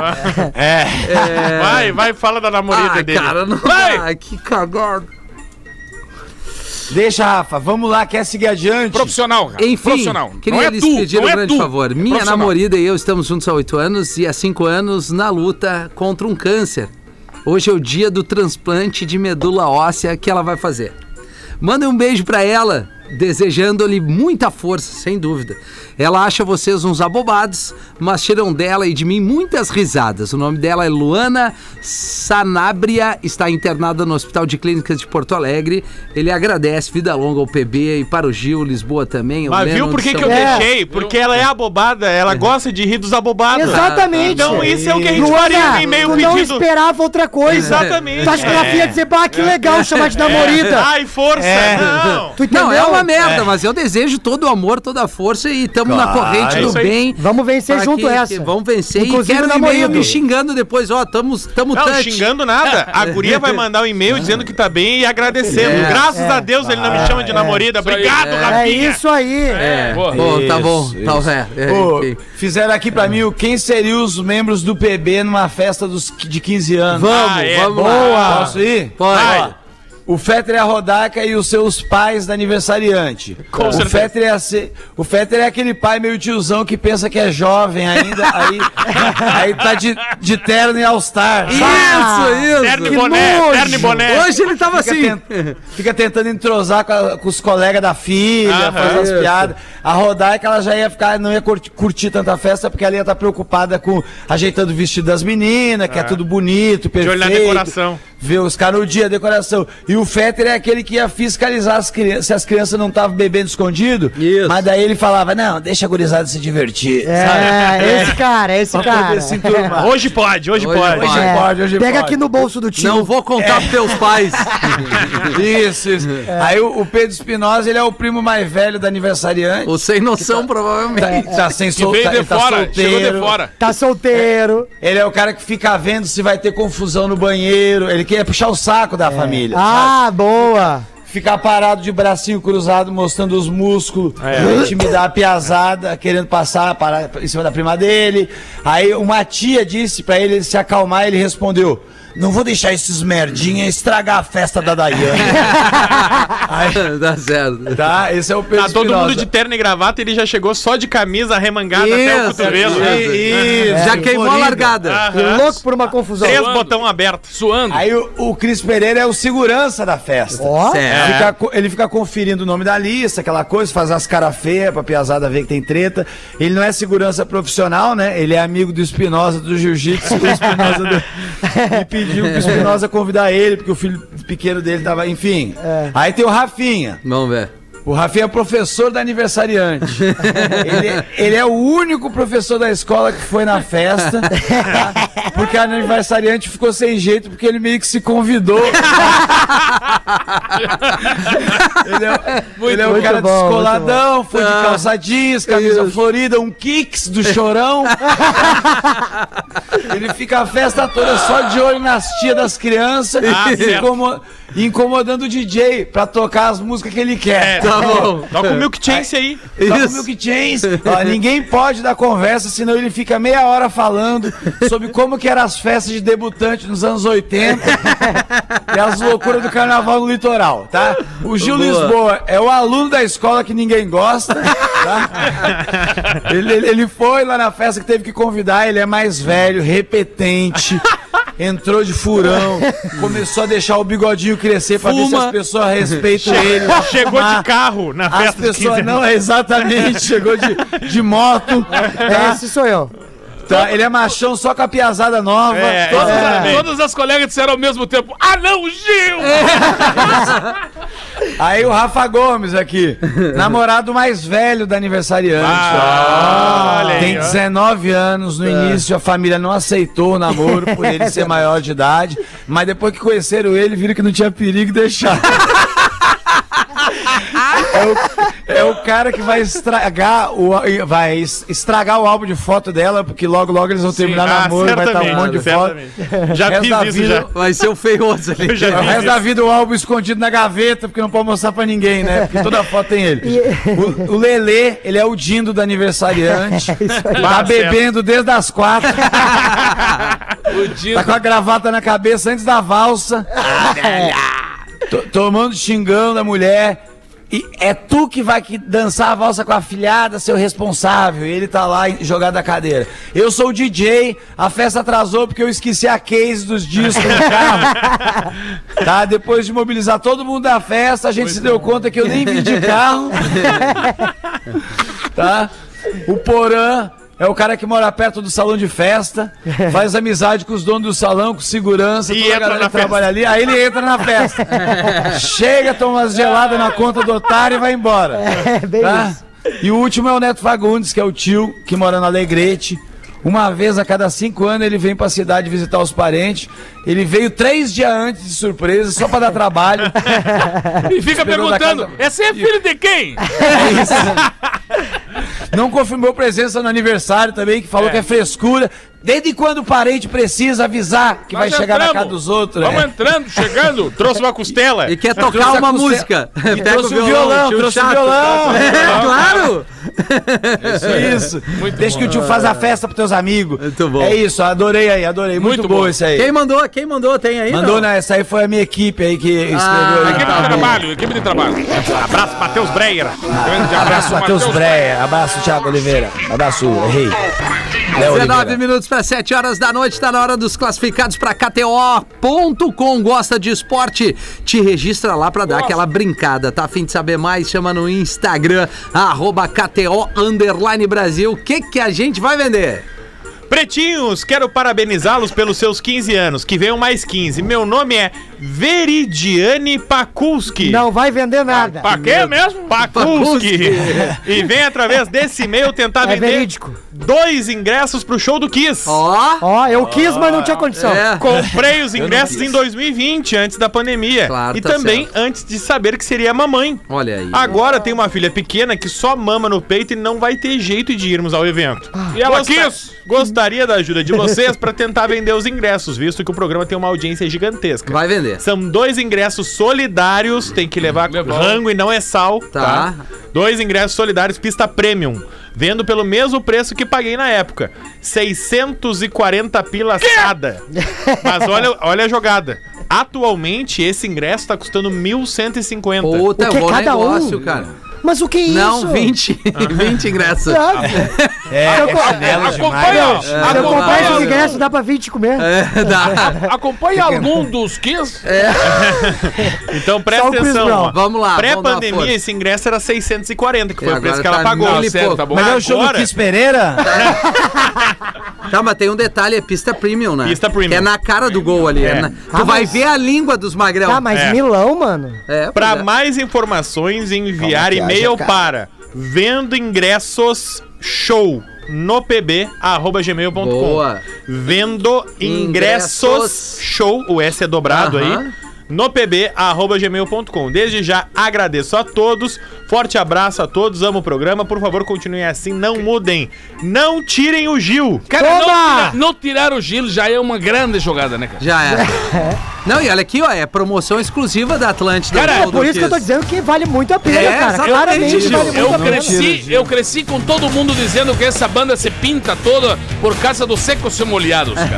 É. Vai, vai, fala da namorada é Ah, dele. cara, não Vai! dá, que cagada. Deixa, Rafa, vamos lá, quer seguir adiante? Profissional, cara. Enfim, Profissional. queria é lhes tu, pedir um não é grande tu. favor. É Minha profissional. namorada e eu estamos juntos há oito anos e há cinco anos na luta contra um câncer. Hoje é o dia do transplante de medula óssea que ela vai fazer. Mandem um beijo pra ela, desejando-lhe muita força, sem dúvida. Ela acha vocês uns abobados, mas tiram dela e de mim muitas risadas. O nome dela é Luana Sanabria, está internada no Hospital de Clínicas de Porto Alegre. Ele agradece vida longa ao PB e para o Gil, Lisboa também. ao Mas viu Lennon por que, de que São eu Paulo. É. deixei? Porque ela é abobada, ela gosta de rir dos abobados. Exatamente. Então isso é o que a gente Luana, faria no e-mail tu não pedido. esperava outra coisa. Exatamente. É. Tu acha que ela ia dizer, bah, que legal chamar de namorida. Ai, força! É. Não! Tu entendeu? Não, é uma merda, mas eu desejo todo o amor, toda a força e estamos na Claro. corrente É do isso aí. bem. Vamos vencer Pra junto que- essa. que Vão vencer Inclusive e quero um e-mail namorado. me xingando depois, ó, tamo, tamo Não, touch. xingando nada. A guria vai mandar um e-mail dizendo que tá bem e agradecendo. É. Graças a Deus ele não me chama de namorada. aí. Obrigado, É. É Rafinha. isso aí. né? É, boa. Bom, tá Isso, bom, isso. tá é, é, Pô, enfim. fizeram aqui pra mim o quem seriam os membros do PB numa festa dos, de 15 anos. Vamos, Ah, é, vamos Boa! lá. Posso ir? Pode. Ó, O Fetter é a Rodaica e os seus pais da aniversariante. Com o, certeza. Fetter é a se- o Fetter é aquele pai meio tiozão que pensa que é jovem ainda, aí, aí tá de, de terno e all-star. Terno Isso, e isso. boné, terno e boné. Hoje ele tava Fica, assim. tent- fica tentando entrosar com, a- com os colegas da filha, Aham. faz as piadas. A Rodaica, ela já ia ficar, não ia curtir, curtir tanta festa, porque ela ia estar preocupada com ajeitando o vestido das meninas, que é tudo bonito, perfeito. Ah. olhar a decoração. Ver os caras no dia, a decoração. E o Fetter é aquele que ia fiscalizar as crianças, se as crianças não estavam bebendo escondido. Isso. Mas daí ele falava, não, deixa a gurizada se divertir. É, esse cara, esse Pra cara. poder se enturmar. Hoje pode, hoje, É. Hoje pode. pode. Hoje É, pode, hoje pega pode. aqui no bolso do tio. Não vou contar pros teus pais. Isso, isso. Aí o, o Pedro Espinosa, ele é o primo mais velho do aniversariante. O sem noção, Tá, provavelmente. tá sem Que sol, veio tá, de ele tá fora, chegou de solteiro. fora. Tá solteiro. Ele é o cara que fica vendo se vai ter confusão no banheiro. Ele quer puxar o saco da É. família. sabe? Ah, boa. Ficar parado de bracinho cruzado, mostrando os músculos, É. intimidar a piazada, querendo passar para, em cima da prima dele. Aí uma tia disse pra ele se acalmar, ele respondeu: Não vou deixar esses merdinha estragar a festa da Dayane. Dá certo. tá? Esse é o Pedro Tá todo Espinosa. mundo de terno e gravata, ele já chegou só de camisa arremangada até o Isso, cotovelo. isso. Isso, Já queimou a colorido. Ah. largada. Aham. Louco por uma confusão. Uhum. Três botão aberto. Suando. Aí o, o Cris Pereira é o segurança da festa. Ó, Certo. Fica co- ele fica conferindo o nome da lista, aquela coisa, faz as caras feias pra piazada ver que tem treta. Ele não é segurança profissional, né? Ele é amigo do Espinosa do Jiu-Jitsu. o Espinosa do- E pediu pro Espinosa convidar ele, porque o filho pequeno dele tava. Enfim. Aí tem o Rafinha. Vamos ver. O Rafinha é professor da aniversariante. ele, ele é o único professor da escola que foi na festa, tá? porque a aniversariante ficou sem jeito, porque ele meio que se convidou. ele é, ele é um muito cara bom, muito descoladão, foi de calça jeans, camisa florida, um kicks do chorão. ele fica a festa toda só de olho nas tias das crianças, Ah, certo. incomo- incomodando o DJ pra tocar as músicas que ele quer. É, Tá bom. Toca o Milk Chance aí. Toca o Isso. Milk Chains. Ó, ninguém pode dar conversa, senão ele fica meia hora falando sobre como que eram as festas de debutante nos anos 80 e as loucuras do carnaval no litoral, tá? O Gil Boa. Lisboa é o aluno da escola que ninguém gosta, tá? Ele, ele- ele foi lá na festa que teve que convidar, ele é mais velho, repetente. Entrou de furão, começou a deixar o bigodinho crescer pra ver se Fuma. as pessoas respeitam ele. Chegou de Ah, carro na as festa de 15 pessoas não, exatamente, chegou de, de moto. É. tá? é, esse sou eu. Tá, ele é machão só com a piazada nova. É, Todo- é. Todas, Exatamente. todas as colegas disseram ao mesmo tempo: Ah, não, Gil! É. Aí o Rafa Gomes aqui, namorado mais velho da aniversariante. Ah, ó. olha aí, Tem ó. 19 anos, no início a família não aceitou o namoro por ele ser maior de idade, mas depois que conheceram ele, viram que não tinha perigo e deixaram. É o, é o cara que vai estragar o vai es- estragar o álbum de foto dela, porque logo logo eles vão terminar ah, namoro, vai estar um monte de foto. certamente, certamente. Já Resto da fiz isso, vida, já. Vai ser o feioso ali. Eu já O fiz resto isso. da vida o álbum escondido na gaveta, porque não pode mostrar pra ninguém, né? Porque toda foto tem ele. O, o Lelê, ele é o Dindo do aniversariante. Tá Bah, bebendo desde as quatro, O Dino tá com a gravata na cabeça antes da valsa. To- Tomando, xingando a mulher. E é tu que vai que dançar a valsa com a filhada, seu responsável. E Ele tá lá em- jogado na cadeira. Eu sou o DJ, a festa atrasou porque eu esqueci a case dos discos no carro. Tá? Depois de mobilizar todo mundo da festa, a gente se é. deu conta que eu nem vim de carro. tá? O Porã é o cara que mora perto do salão de festa, faz amizade com os donos do salão, com segurança, E toda a entra galera na que trabalha ali, aí ele entra na festa. Chega, toma umas geladas na conta do otário e vai embora. É, bem tá? isso. E o último é o Neto Fagundes, que é o tio que mora no Alegrete. Uma vez a cada cinco anos ele vem pra cidade visitar os parentes. Ele veio três dias antes de surpresa, só pra dar trabalho. e fica Esperou da perguntando: casa- Essa é filho de quem? Não confirmou presença no aniversário também, que falou que é frescura. Desde quando o parente precisa avisar que vai Nós chegar na entramos. casa dos outros? Vamos né? entrando, chegando. Trouxe uma costela. E quer trouxe tocar a uma costela- música. e trouxe o violão, tio trouxe o chato. violão. É, claro. Isso. Deixa que o tio faz a festa pros teus amigos. Muito bom. É isso, adorei aí, adorei. Muito, Muito bom. bom. esse aí. Quem mandou? Quem mandou? Tem aí? Mandou, não? né? Essa aí foi a minha equipe aí que escreveu. Ah, aí. Equipe de Tá bom. trabalho, equipe de trabalho. Abraço, Matheus Breyer. Abraço, Matheus Breia. Abraço, Thiago Oliveira. Abraço, errei. Léo 19 Oliveira. minutos para 7 horas da noite, tá na hora dos classificados para KTO.com. Gosta de esporte? Te registra lá para dar aquela brincada, tá? Afim de saber mais? Chama no Instagram, arroba KTO Underline Brasil. O que, que a gente vai vender? Pretinhos, quero parabenizá-los pelos seus 15 anos. Que venham mais 15. Meu nome é Veridiane Pakulski. Não vai vender nada. Pa quê mesmo? Pakulski. e vem através desse e-mail tentar É vender verídico. dois ingressos pro show do Kiss. Ó, Ó, eu quis, mas não tinha condição. é. Comprei os ingressos em 2020, antes da pandemia. Claro, e tá também certo. antes de saber que seria mamãe. Olha aí. Agora tem uma filha pequena que só mama no peito e não vai ter jeito de irmos ao evento. e ela quis. Gostaria da ajuda de vocês pra tentar vender os ingressos, visto que o programa tem uma audiência gigantesca. Vai vender. São dois ingressos solidários, tem que levar Levar. rango e não é sal. Tá. Dois ingressos solidários, pista premium. Vendo pelo mesmo preço que paguei na época. 640 pila assada. Mas olha, olha a jogada. Atualmente, esse ingresso tá custando 1.150. Puta, O é que um bom cada um? negócio, cara. Mas o que é isso? Não, 20. 20 ingressos. Sabe? É, Se eu co- chinelo né? Acompanha, demais. Se eu comprar acompanha, esses ingressos, dá pra 20 comer. É, dá. acompanha algum Um dos 15. Então presta o Chris atenção. Brown. ó. Vamos lá, vamos dar uma Pré-pandemia, força. esse ingresso era 640, que E foi o agora preço que ela tá pagou. mil e pouco. tá bom. Mas é o show do Agora- Kiss Pereira? Tá, mas tem um detalhe, é pista premium, né? Pista premium. Que é na cara do gol ali. É. É. na- Tu Ah, vai mas- ver a língua dos magrão. Tá, mas É. Milão, mano. É, Para pois é. mais informações, Calma enviar que e-mail haja, para vendo ingressos show no Boa. pb@gmail.com. Vendo Ingressos. ingressos show, o S é dobrado Aham. aí. No pb@gmail.com. Desde já agradeço a todos. Forte abraço a todos. Amo o programa. Por favor, continuem assim, não mudem. Não tirem o Gil. Cara, não, Toma! tira- não tirar o Gil já é uma grande jogada, né, cara? Já é. Não, e olha aqui, ó, é promoção exclusiva da Atlântida. Cara, do- é do Por isso que eu tô Kiss. dizendo que vale muito a pena, É, cara. exatamente, Gil. Claramente vale muito a Eu pena. cresci, eu cresci com todo mundo dizendo que essa banda se pinta toda por causa dos secos e molhados, cara.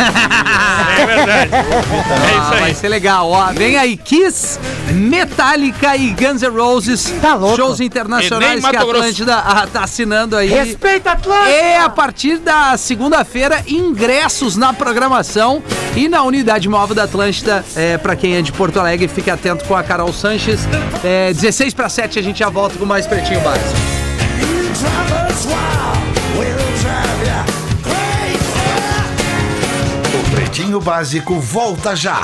É verdade. É Ah, vai ser legal, ó. Vem aí Kiss, Metallica e Guns N' Roses. Tá louco. Shows E internacionais É, nem que Mato a Grosso. Atlântida ah, tá assinando aí. Respeita a É, Atlântida! E É a partir da segunda-feira, ingressos na programação e na unidade móvel da Atlântida. É, para quem é de Porto Alegre, fique atento com a Carol Sanches. É, 16 para 7, a gente já volta com mais Pretinho Básico. O Pretinho Básico volta já.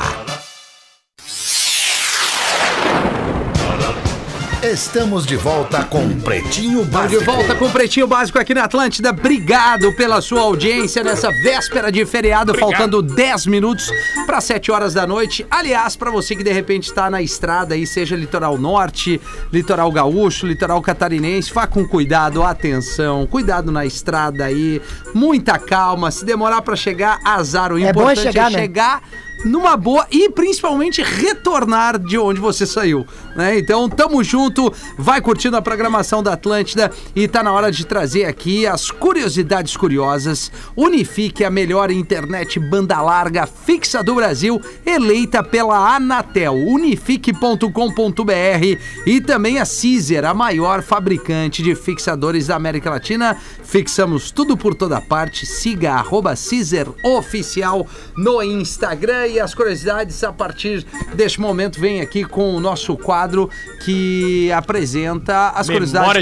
Estamos de volta com Pretinho De Básico. volta com o Pretinho Básico aqui na Atlântida. Obrigado pela sua audiência nessa véspera de feriado, faltando 10 minutos para 7 horas da noite. Aliás, para você que de repente está na estrada aí, seja litoral norte, litoral gaúcho, litoral catarinense, vá com cuidado, atenção, cuidado na estrada aí, muita calma. Se demorar para chegar, azar. O É bom importante é chegar, chegar, né? numa boa e principalmente retornar de onde você saiu, né? Então, tamo junto, vai curtindo a programação da Atlântida e tá na hora de trazer aqui as curiosidades curiosas. Unifique a melhor internet banda larga fixa do Brasil, eleita pela Anatel, unifique.com.br e também a Cizer, a maior fabricante de fixadores da América Latina. Fixamos tudo por toda parte. Siga arroba Cizer Oficial no Instagram e as curiosidades a partir deste momento vem aqui com o nosso quadro que apresenta as Memória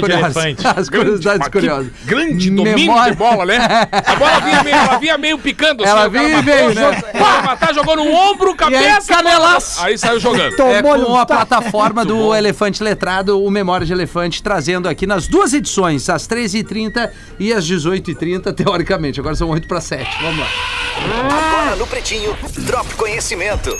curiosidades de curiosas. elefante. As curiosidades mas que curiosas. Grande domínio de bola, né? A bola vinha meio, ela vinha meio picando, assim, Ela o cara vinha e matou, veio, né? jogou- Pra matar, jogou no ombro, cabeça. canelaço. Aí saiu jogando. É Tomou-lhe com um a tapa. plataforma do Elefante Letrado, o Memória de Elefante, trazendo aqui nas duas edições, às 13h30 e às 18h30, teoricamente. Agora são 8 para 7. Vamos lá. Agora Ah, no Pretinho, Drop Conhecimento.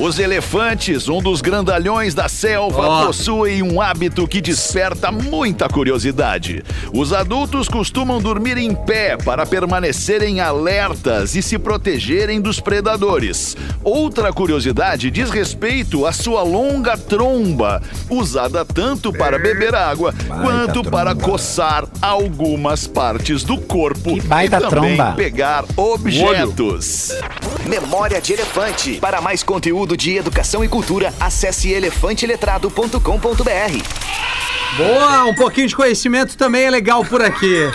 Os elefantes, um dos grandalhões da selva, Ó. possuem um hábito que desperta muita curiosidade. Os adultos costumam dormir em pé para permanecerem alertas e se protegerem dos predadores. Outra curiosidade diz respeito à sua longa tromba, usada tanto É. para beber água quanto para coçar algumas partes do corpo Que baita e também tromba. pegar objetos. Memória de Elefante. Para mais conteúdo de educação e cultura, acesse elefanteletrado.com.br. Boa, um pouquinho de conhecimento também é legal por aqui.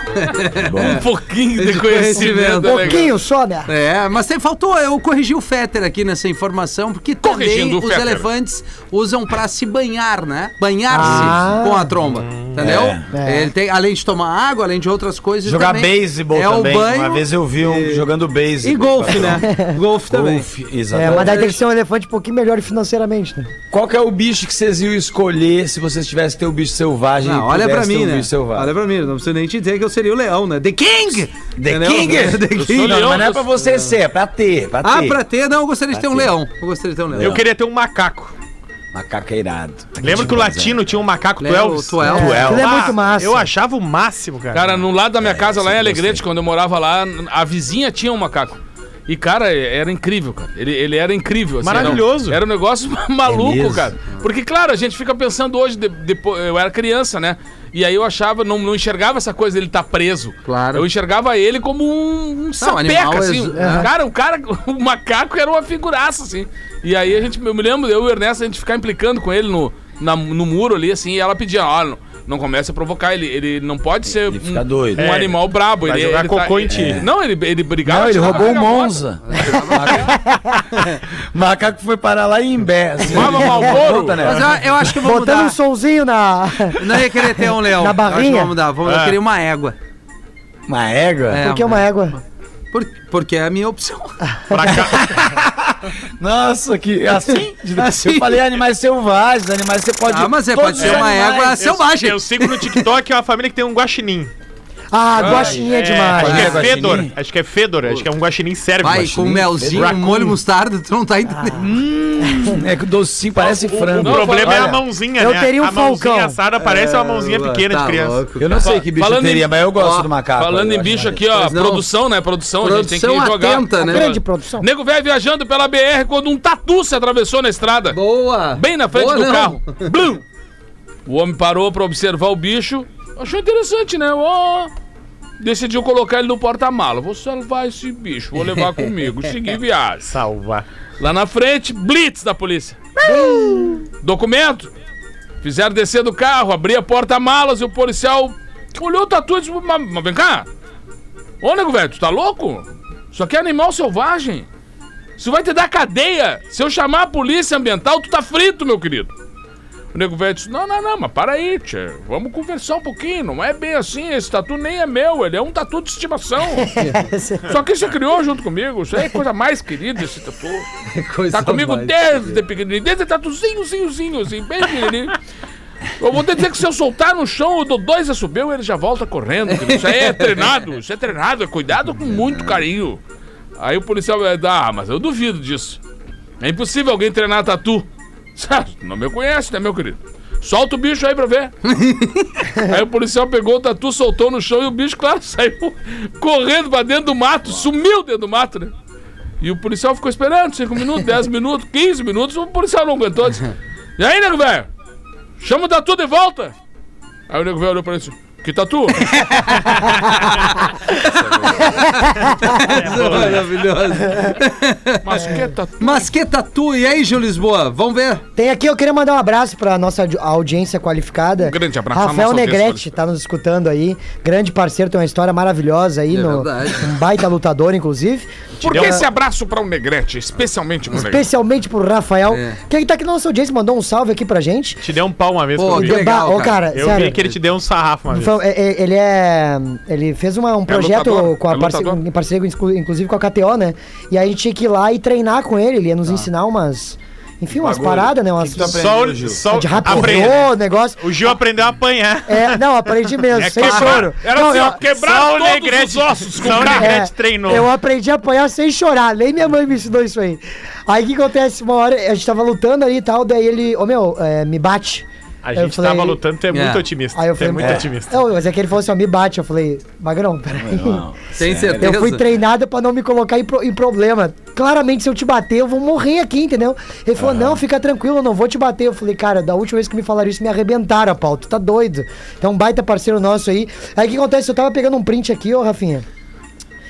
Um pouquinho de De conhecimento. conhecimento. né, cara? um Pouquinho só, né? É, mas tem, faltou eu corrigir o Fetter aqui nessa informação, porque também Corrigindo o os Fetter. elefantes usam pra se banhar, né? Banhar-se Ah. com a tromba, entendeu? É. Ele tem, além de tomar água, além de outras coisas, Jogar também beisebol é o também. banho Uma vez eu vi um e- jogando beisebol. e golfe, né? golfe também. Golfe, É, exatamente. mas daí tem que ser um elefante um pouquinho melhor financeiramente, né? Qual que é o bicho que vocês iam escolher se vocês tivessem que ter um bicho selvagem? Não, e olha pra pudesse ter mim, um né? bicho selvagem? Olha pra mim, não preciso nem te dizer que eu seria o leão, né? The King! The Entendeu? King! The King. Não, leão, mas não é eu pra sou- você ser, é pra ter, pra Ah, ter. pra ter, não, eu gostaria de ter um leão. Eu gostaria de ter um leão. Eu queria ter um macaco. Macaco é irado. Lembra que o é. latino tinha um macaco Leão, Twelves? tu é um- É, aquilo é muito massa. Eu achava o máximo, cara. Cara, no lado da minha casa, lá em Alegrete, quando eu morava lá, a vizinha tinha um macaco. E, cara, era incrível, cara. Ele, ele era incrível. assim, Maravilhoso. era um- Era um negócio maluco, Beleza. cara. Porque, claro, a gente fica pensando hoje, de- depois, eu era criança, né? E aí eu achava, não, não enxergava essa coisa dele tá preso. Claro. Eu enxergava ele como um, um sapeca, animal é assim. zo- Um Cara, o cara, o macaco era uma figuraça, assim. E aí a gente, eu me lembro, eu e o Ernesto, a gente ficar implicando com ele no, na- no muro ali, assim, e ela pedia, ó, não, não comece a provocar, ele, ele não pode ser Ele fica um- doido. um É, animal brabo. vai ele, jogar ele cocô em ti. ele- Não, ele, ele brigava. assim, Não, ele tirava roubou um a o é bota. Monza. Macaco foi parar lá em Imbé. assim. Fumava um Marlboro. Conta, né? Mas ah, eu, eu acho que eu vou Botando mudar. um solzinho na. Não ia querer ter um leão. Na Eu acho que barrinha? Vamos mudar, vamos mudar. Eu queria uma égua. Uma égua? É. Porque é uma égua. Por- porque é a minha opção. Nossa, que assim? Assim. Eu falei animais selvagens, animais você pode. Ah, mas você todos pode ser os uma animais. égua assim. eu, selvagem. eu sigo no TikTok uma família que tem um guaxinim. Ah, guaxinha demais. Acho Ah, que é guaxinim. Fedor. Acho que é Fedor. Acho que é um guaxinim sérvio. Vai, guaxinim. com um melzinho, Raccoon. molho mostarda, tu não tá entendendo. É que o docinho parece O frango. problema é a Olha, mãozinha, eu né? teria um a mãozinha falcão. assada parece uma mãozinha pequena Tá de criança. louco, Eu não sei que bicho Falando eu teria, em- mas eu gosto ó, do macaco. Falando eu em acho bicho maneiro. aqui, ó, Mas não. produção, né? Produção, a gente tem Produção que jogar. atenta, né? Grande produção. Nego velho viajando pela BR quando um tatu se atravessou na estrada. Boa! Bem na frente Boa, do não. carro. Blum! O homem parou pra observar o bicho. Achou interessante, né? Ó, decidiu colocar ele no porta-mala. Vou salvar esse bicho, vou levar comigo. Segui viagem. Salva. Lá na frente, blitz da polícia. Documento. Fizeram descer do carro, abrir a porta-malas e o policial olhou o tatu e disse: Mas, mas vem cá. Ô, nego velho, tu tá louco? Isso aqui é animal selvagem. Isso vai te dar cadeia. Se eu chamar a polícia ambiental, tu tá frito, meu querido. O nego velho disse: Não, não, não, mas para aí, tchê. Vamos conversar um pouquinho. Não é bem assim. Esse tatu nem é meu. Ele é um tatu de estimação. Só que você criou junto comigo. Isso aí é coisa mais querida, esse tatu. Coisa Tá comigo mais. desde pequenininho, desde tatuzinho, zinho, zinho, assim, bem pequenininho. Eu vou ter que dizer que se eu soltar no chão, eu dou dois a subiu e ele já volta correndo. querido. Isso aí é treinado, isso é treinado, é cuidado com muito carinho. Aí o policial vai dar, ah, mas eu duvido disso. É impossível alguém treinar tatu. Não me conhece, né, meu querido? Solta o bicho aí pra ver. aí o policial pegou o tatu, soltou no chão e o bicho, claro, saiu correndo pra dentro do mato, sumiu dentro do mato, né? E o policial ficou esperando 5 minutos, 10 minutos, 15 minutos. O policial não aguentou. Disse, e aí, nego velho? Chama o tatu de volta. Aí o nego velho olhou pra ele e disse: Que tatu? é Maravilhoso. Mas que tatu? Mas que tatu, e aí, Gil Lisboa? Vamos ver. Tem aqui, eu queria mandar um abraço pra nossa audi- audiência qualificada. Um grande abraço, Rafael nossa audiência Negrete qualificada. tá nos escutando aí. Grande parceiro, tem uma história maravilhosa aí. É no, verdade. um baita lutador, inclusive. Por que esse abraço pra um negrete? Especialmente pro negrete. Especialmente pro Rafael. É. Quem tá aqui na nossa audiência mandou um salve aqui pra gente. Te deu um pau uma vez Pô, que eu vi. que legal, Bah, ô, cara. cara, Eu sério. vi que ele te deu um sarrafo uma vez. Foi- é- é- ele é. Ele fez uma- um projeto lutador, com a é parce- lutador. em parceria, inclu- inclusive com a KTO, né? E aí a gente tinha que ir lá e treinar com ele. Ele ia Tá. nos ensinar umas. Um Enfim, umas paradas, né? Umas. que tu aprendeu? Só, Aprendeu, Gil. o- só de o- aprende. rapidou o negócio. O Gil aprendeu a apanhar. É, não, aprendi mesmo, sem quebrar- choro. Era não, assim, ó, eu, é, Só quebrar o todos Negrete- os ossos com só o cara. Negrete. Ivete É, treinou. Eu aprendi a apanhar sem chorar, nem minha mãe me ensinou isso aí. Aí o que acontece? Uma hora a gente tava lutando ali e tal, daí ele, ô meu, é, me bate. A Aí gente eu falei- tava lutando, tu é, É. muito otimista. Aí eu Tu falei, é muito é. otimista. Não, mas é que ele falou assim, ó, me bate. Eu falei, Magrão, peraí. Tem certeza? Eu fui treinado pra não me colocar em, pro- em problema. Claramente, se eu te bater, eu vou morrer aqui, entendeu? Ele falou, não, fica tranquilo, eu não vou te bater. Eu falei, cara, da última vez que me falaram isso, me arrebentaram, pau. Tu tá doido. Então, um baita parceiro nosso aí. Aí, o que acontece? Eu tava pegando um print aqui, ô, Rafinha.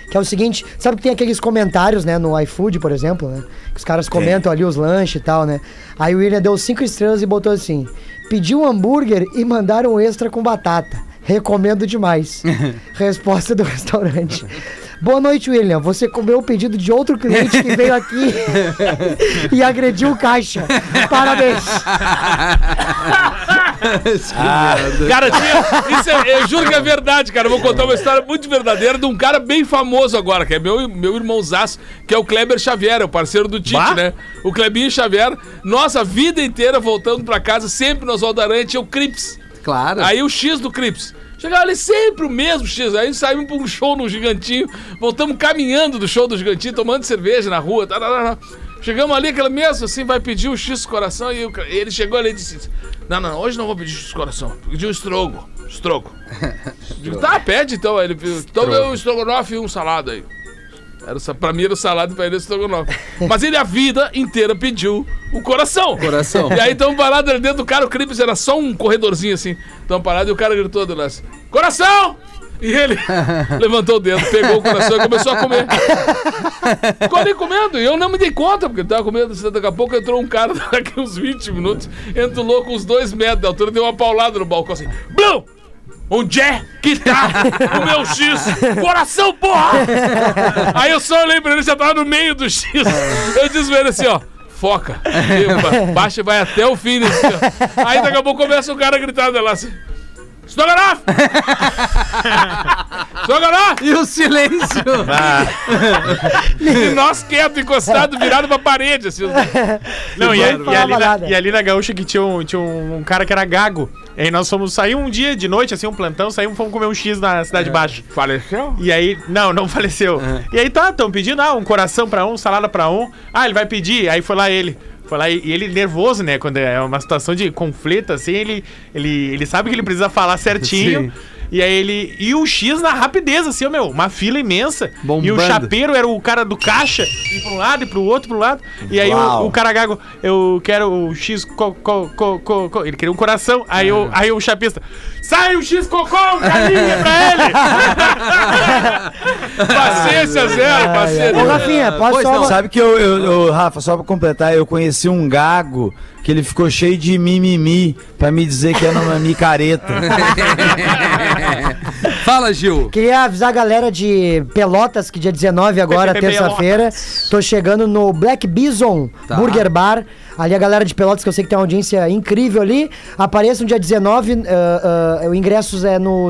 Que é o seguinte, sabe que tem aqueles comentários, né, no iFood, por exemplo, né? Que os caras comentam ali os lanches e tal, né? Aí o William deu cinco estrelas e botou assim: pediu um hambúrguer e mandaram um extra com batata. Recomendo demais. Resposta do restaurante. Boa noite, William. Você comeu o pedido de outro cliente que veio aqui e agrediu o caixa. Parabéns. Cara, tinha- isso é- eu juro que é verdade, cara. Eu vou contar uma história muito verdadeira de um cara bem famoso agora, que é meu, meu irmãozaço, que é o Kleber Xavier, é o parceiro do Tite, né? O Klebinho Xavier, nossa a vida inteira voltando pra casa, sempre nós Aldarante, tinha o Crips. Claro. Aí o X do Crips. Chegava ali sempre o mesmo X. Aí saímos pra um show no Gigantinho. Voltamos caminhando do show do Gigantinho, tomando cerveja na rua. tá, tararara. Chegamos ali, aquela mesma assim, vai pedir o X coração. E o ca- ele chegou ali e disse: assim, Não, não, hoje não vou pedir X coração. Vou pedir um estrogo. Estrogo. Digo, tá, pede então. Aí ele pediu: Então deu um estrogonofe e um salado aí. Era, o sa- pra mim era o salado, pra ele era o estrogonofe. Mas ele a vida inteira pediu o coração. Coração. E aí tamo parado ali dentro do cara, o Crips era só um corredorzinho assim. Tamo parado e o cara gritou do lance: Coração! E ele levantou o dedo, pegou o coração e começou a comer. Ficou ali comendo. E eu não me dei conta, porque ele tava comendo. assim, Daqui a pouco entrou um cara, daqui uns 20 minutos, entra o louco uns dois metros da altura, deu uma paulada no balcão assim. Blum! Onde é que tá o meu X? Coração, porra! Aí eu só olhei pra ele, já tava no meio do X. Eu disse pra ele assim, ó. Foca. E ba- Baixa e vai até o fim. Nesse... Aí daqui a pouco começa o cara gritando lá assim. Stoganoff! Stoganoff! E o silêncio? E nós quieto, encostado, virado pra parede, assim. Não, Não e, a- e falava ali na, nada. e ali na Gaúcha que tinha um, tinha um, um cara que era gago. E aí nós fomos sair um dia de noite, assim, um plantão, saímos, fomos comer um X na É. Cidade Baixa. Faleceu? E aí, não, não faleceu. E aí tá, tão pedindo, ah, um coração pra um, salada pra um. Ah, ele vai pedir. Aí foi lá ele. Foi lá e e ele nervoso, né? Quando é uma situação de conflito, assim, ele, ele, ele sabe que ele precisa falar certinho. E aí ele. E o X na rapidez, assim, ó, meu, uma fila imensa. E o Bombando. chapeiro era o cara do caixa, e pra um lado, e pro outro, pro lado. E aí o, o cara gago, eu quero o X co, co, co, co, co. Ele queria um coração. Aí, o, aí o chapista, sai o X cocô, carinha pra ele! Ah, Paciência zero, Ô, paciência. Rafinha, posso É, Pois só... não, uma- Sabe que eu, eu- eu- Rafa, só pra completar, eu conheci um gago que ele ficou cheio de mimimi pra me dizer que era uma micareta. Fala, Gil. Queria avisar a galera de Pelotas que dia 19 agora, PPP terça-feira, tô chegando no Black Bison Tá. Burger Bar. Ali a galera de Pelotas que eu sei que tem uma audiência incrível ali, apareça no dia 19, ah, ah, o ingressos é no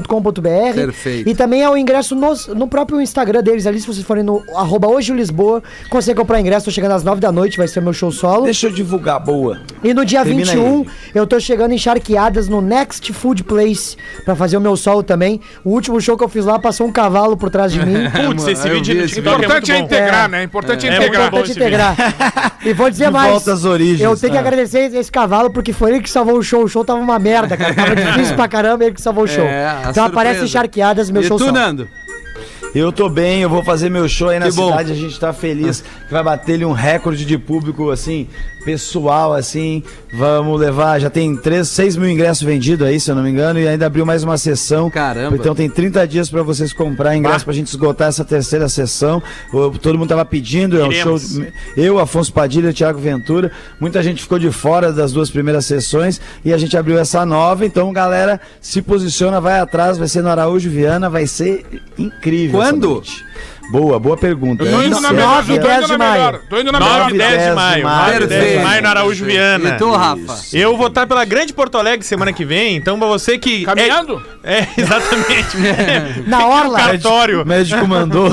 simpla.com.br. Perfeito. E também é o ingresso nos- no, próprio Instagram deles ali, se vocês forem no arroba hoje Lisboa, consegue comprar ingresso, tô chegando às 9 da noite, vai ser meu show solo. Deixa eu divulgar, boa. E no dia Termina 21, aí. eu tô chegando em Charqueadas no Next Food Place pra fazer o meu solo também. O último show que eu fiz lá passou um cavalo por trás de mim. Putz, esse vídeo no O TikTok é muito importante é bom. integrar, É. né? O importante é É, integrar. bom Importante esse integrar. E vou dizer De mais. volta às origens. Eu tenho que É. agradecer esse cavalo porque foi ele que salvou o show. O show tava uma merda, cara. Tava difícil pra caramba, ele que salvou o show. É, a então aparece surpresa. em Charqueadas, meu e show tu, solo. Nando? Eu tô bem, eu vou fazer meu show aí na Que bom. cidade, a gente tá feliz que vai bater ali um recorde de público, assim, pessoal, assim. Vamos levar, já tem 3, 6 mil ingressos vendidos aí, se eu não me engano, e ainda abriu mais uma sessão. Caramba. Então tem 30 dias pra vocês comprar ingresso pra gente esgotar essa terceira sessão. O- Todo mundo tava pedindo, é um show. Iremos. Eu, Afonso Padilha, Thiago Ventura, muita gente ficou de fora das duas primeiras sessões e a gente abriu essa nova, então galera, se posiciona, vai atrás, vai ser no Araújo Viana, vai ser incrível. essa Quando? noite. Boa, boa pergunta. É Eu tô indo Não na sei. melhor, nove, eu tô dez indo de na maio. melhor. Tô indo na 9 melhor. e 10 de Perfeito. maio. 9 e 10 de Perfeito. maio no Araújo Viana. E tu, Rafa? Eu vou estar pela Grande Porto Alegre semana que vem, então pra você que. Caminhando? É, é, exatamente. Na Orla. Cartório. O médico mandou.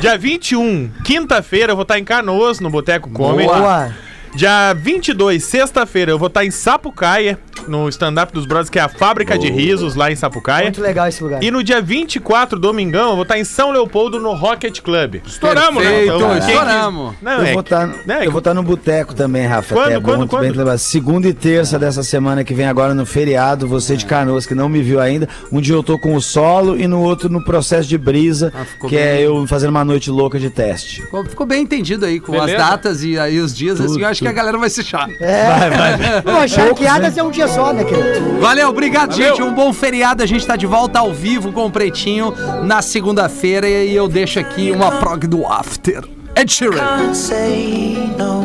Dia 21, quinta-feira, eu vou estar em Canoas, no Boteco Comedy. Boa. Dia 22, sexta-feira, eu vou estar em Sapucaia, no stand-up dos brothers, que é a fábrica de risos lá em Sapucaia. Muito legal esse lugar. E no dia 24, domingão, eu vou estar em São Leopoldo, no Rocket Club. Estouramos, né? Perfeito, Então, quem estouramos. quis- Não, eu é vou que- tá- né, eu vou estar no boteco também, Rafa. Quando, até é quando, muito quando? bem lembrado. Segunda e terça dessa semana que vem agora no feriado, você de Canoas que não me viu ainda, um dia eu tô com o solo e no outro no processo de brisa, Ah, ficou que bem. é eu fazendo uma noite louca de teste. Ficou- Ficou bem entendido aí com Beleza. as datas e aí os dias, assim, eu acho que a galera vai se chatear. É. Pô, Charqueadas é um dia só, né, querido? Valeu, obrigado, Valeu. gente. Um bom feriado. A gente tá de volta ao vivo com o Pretinho na segunda-feira e eu deixo aqui uma prog do After. Ed Sheeran. Say no.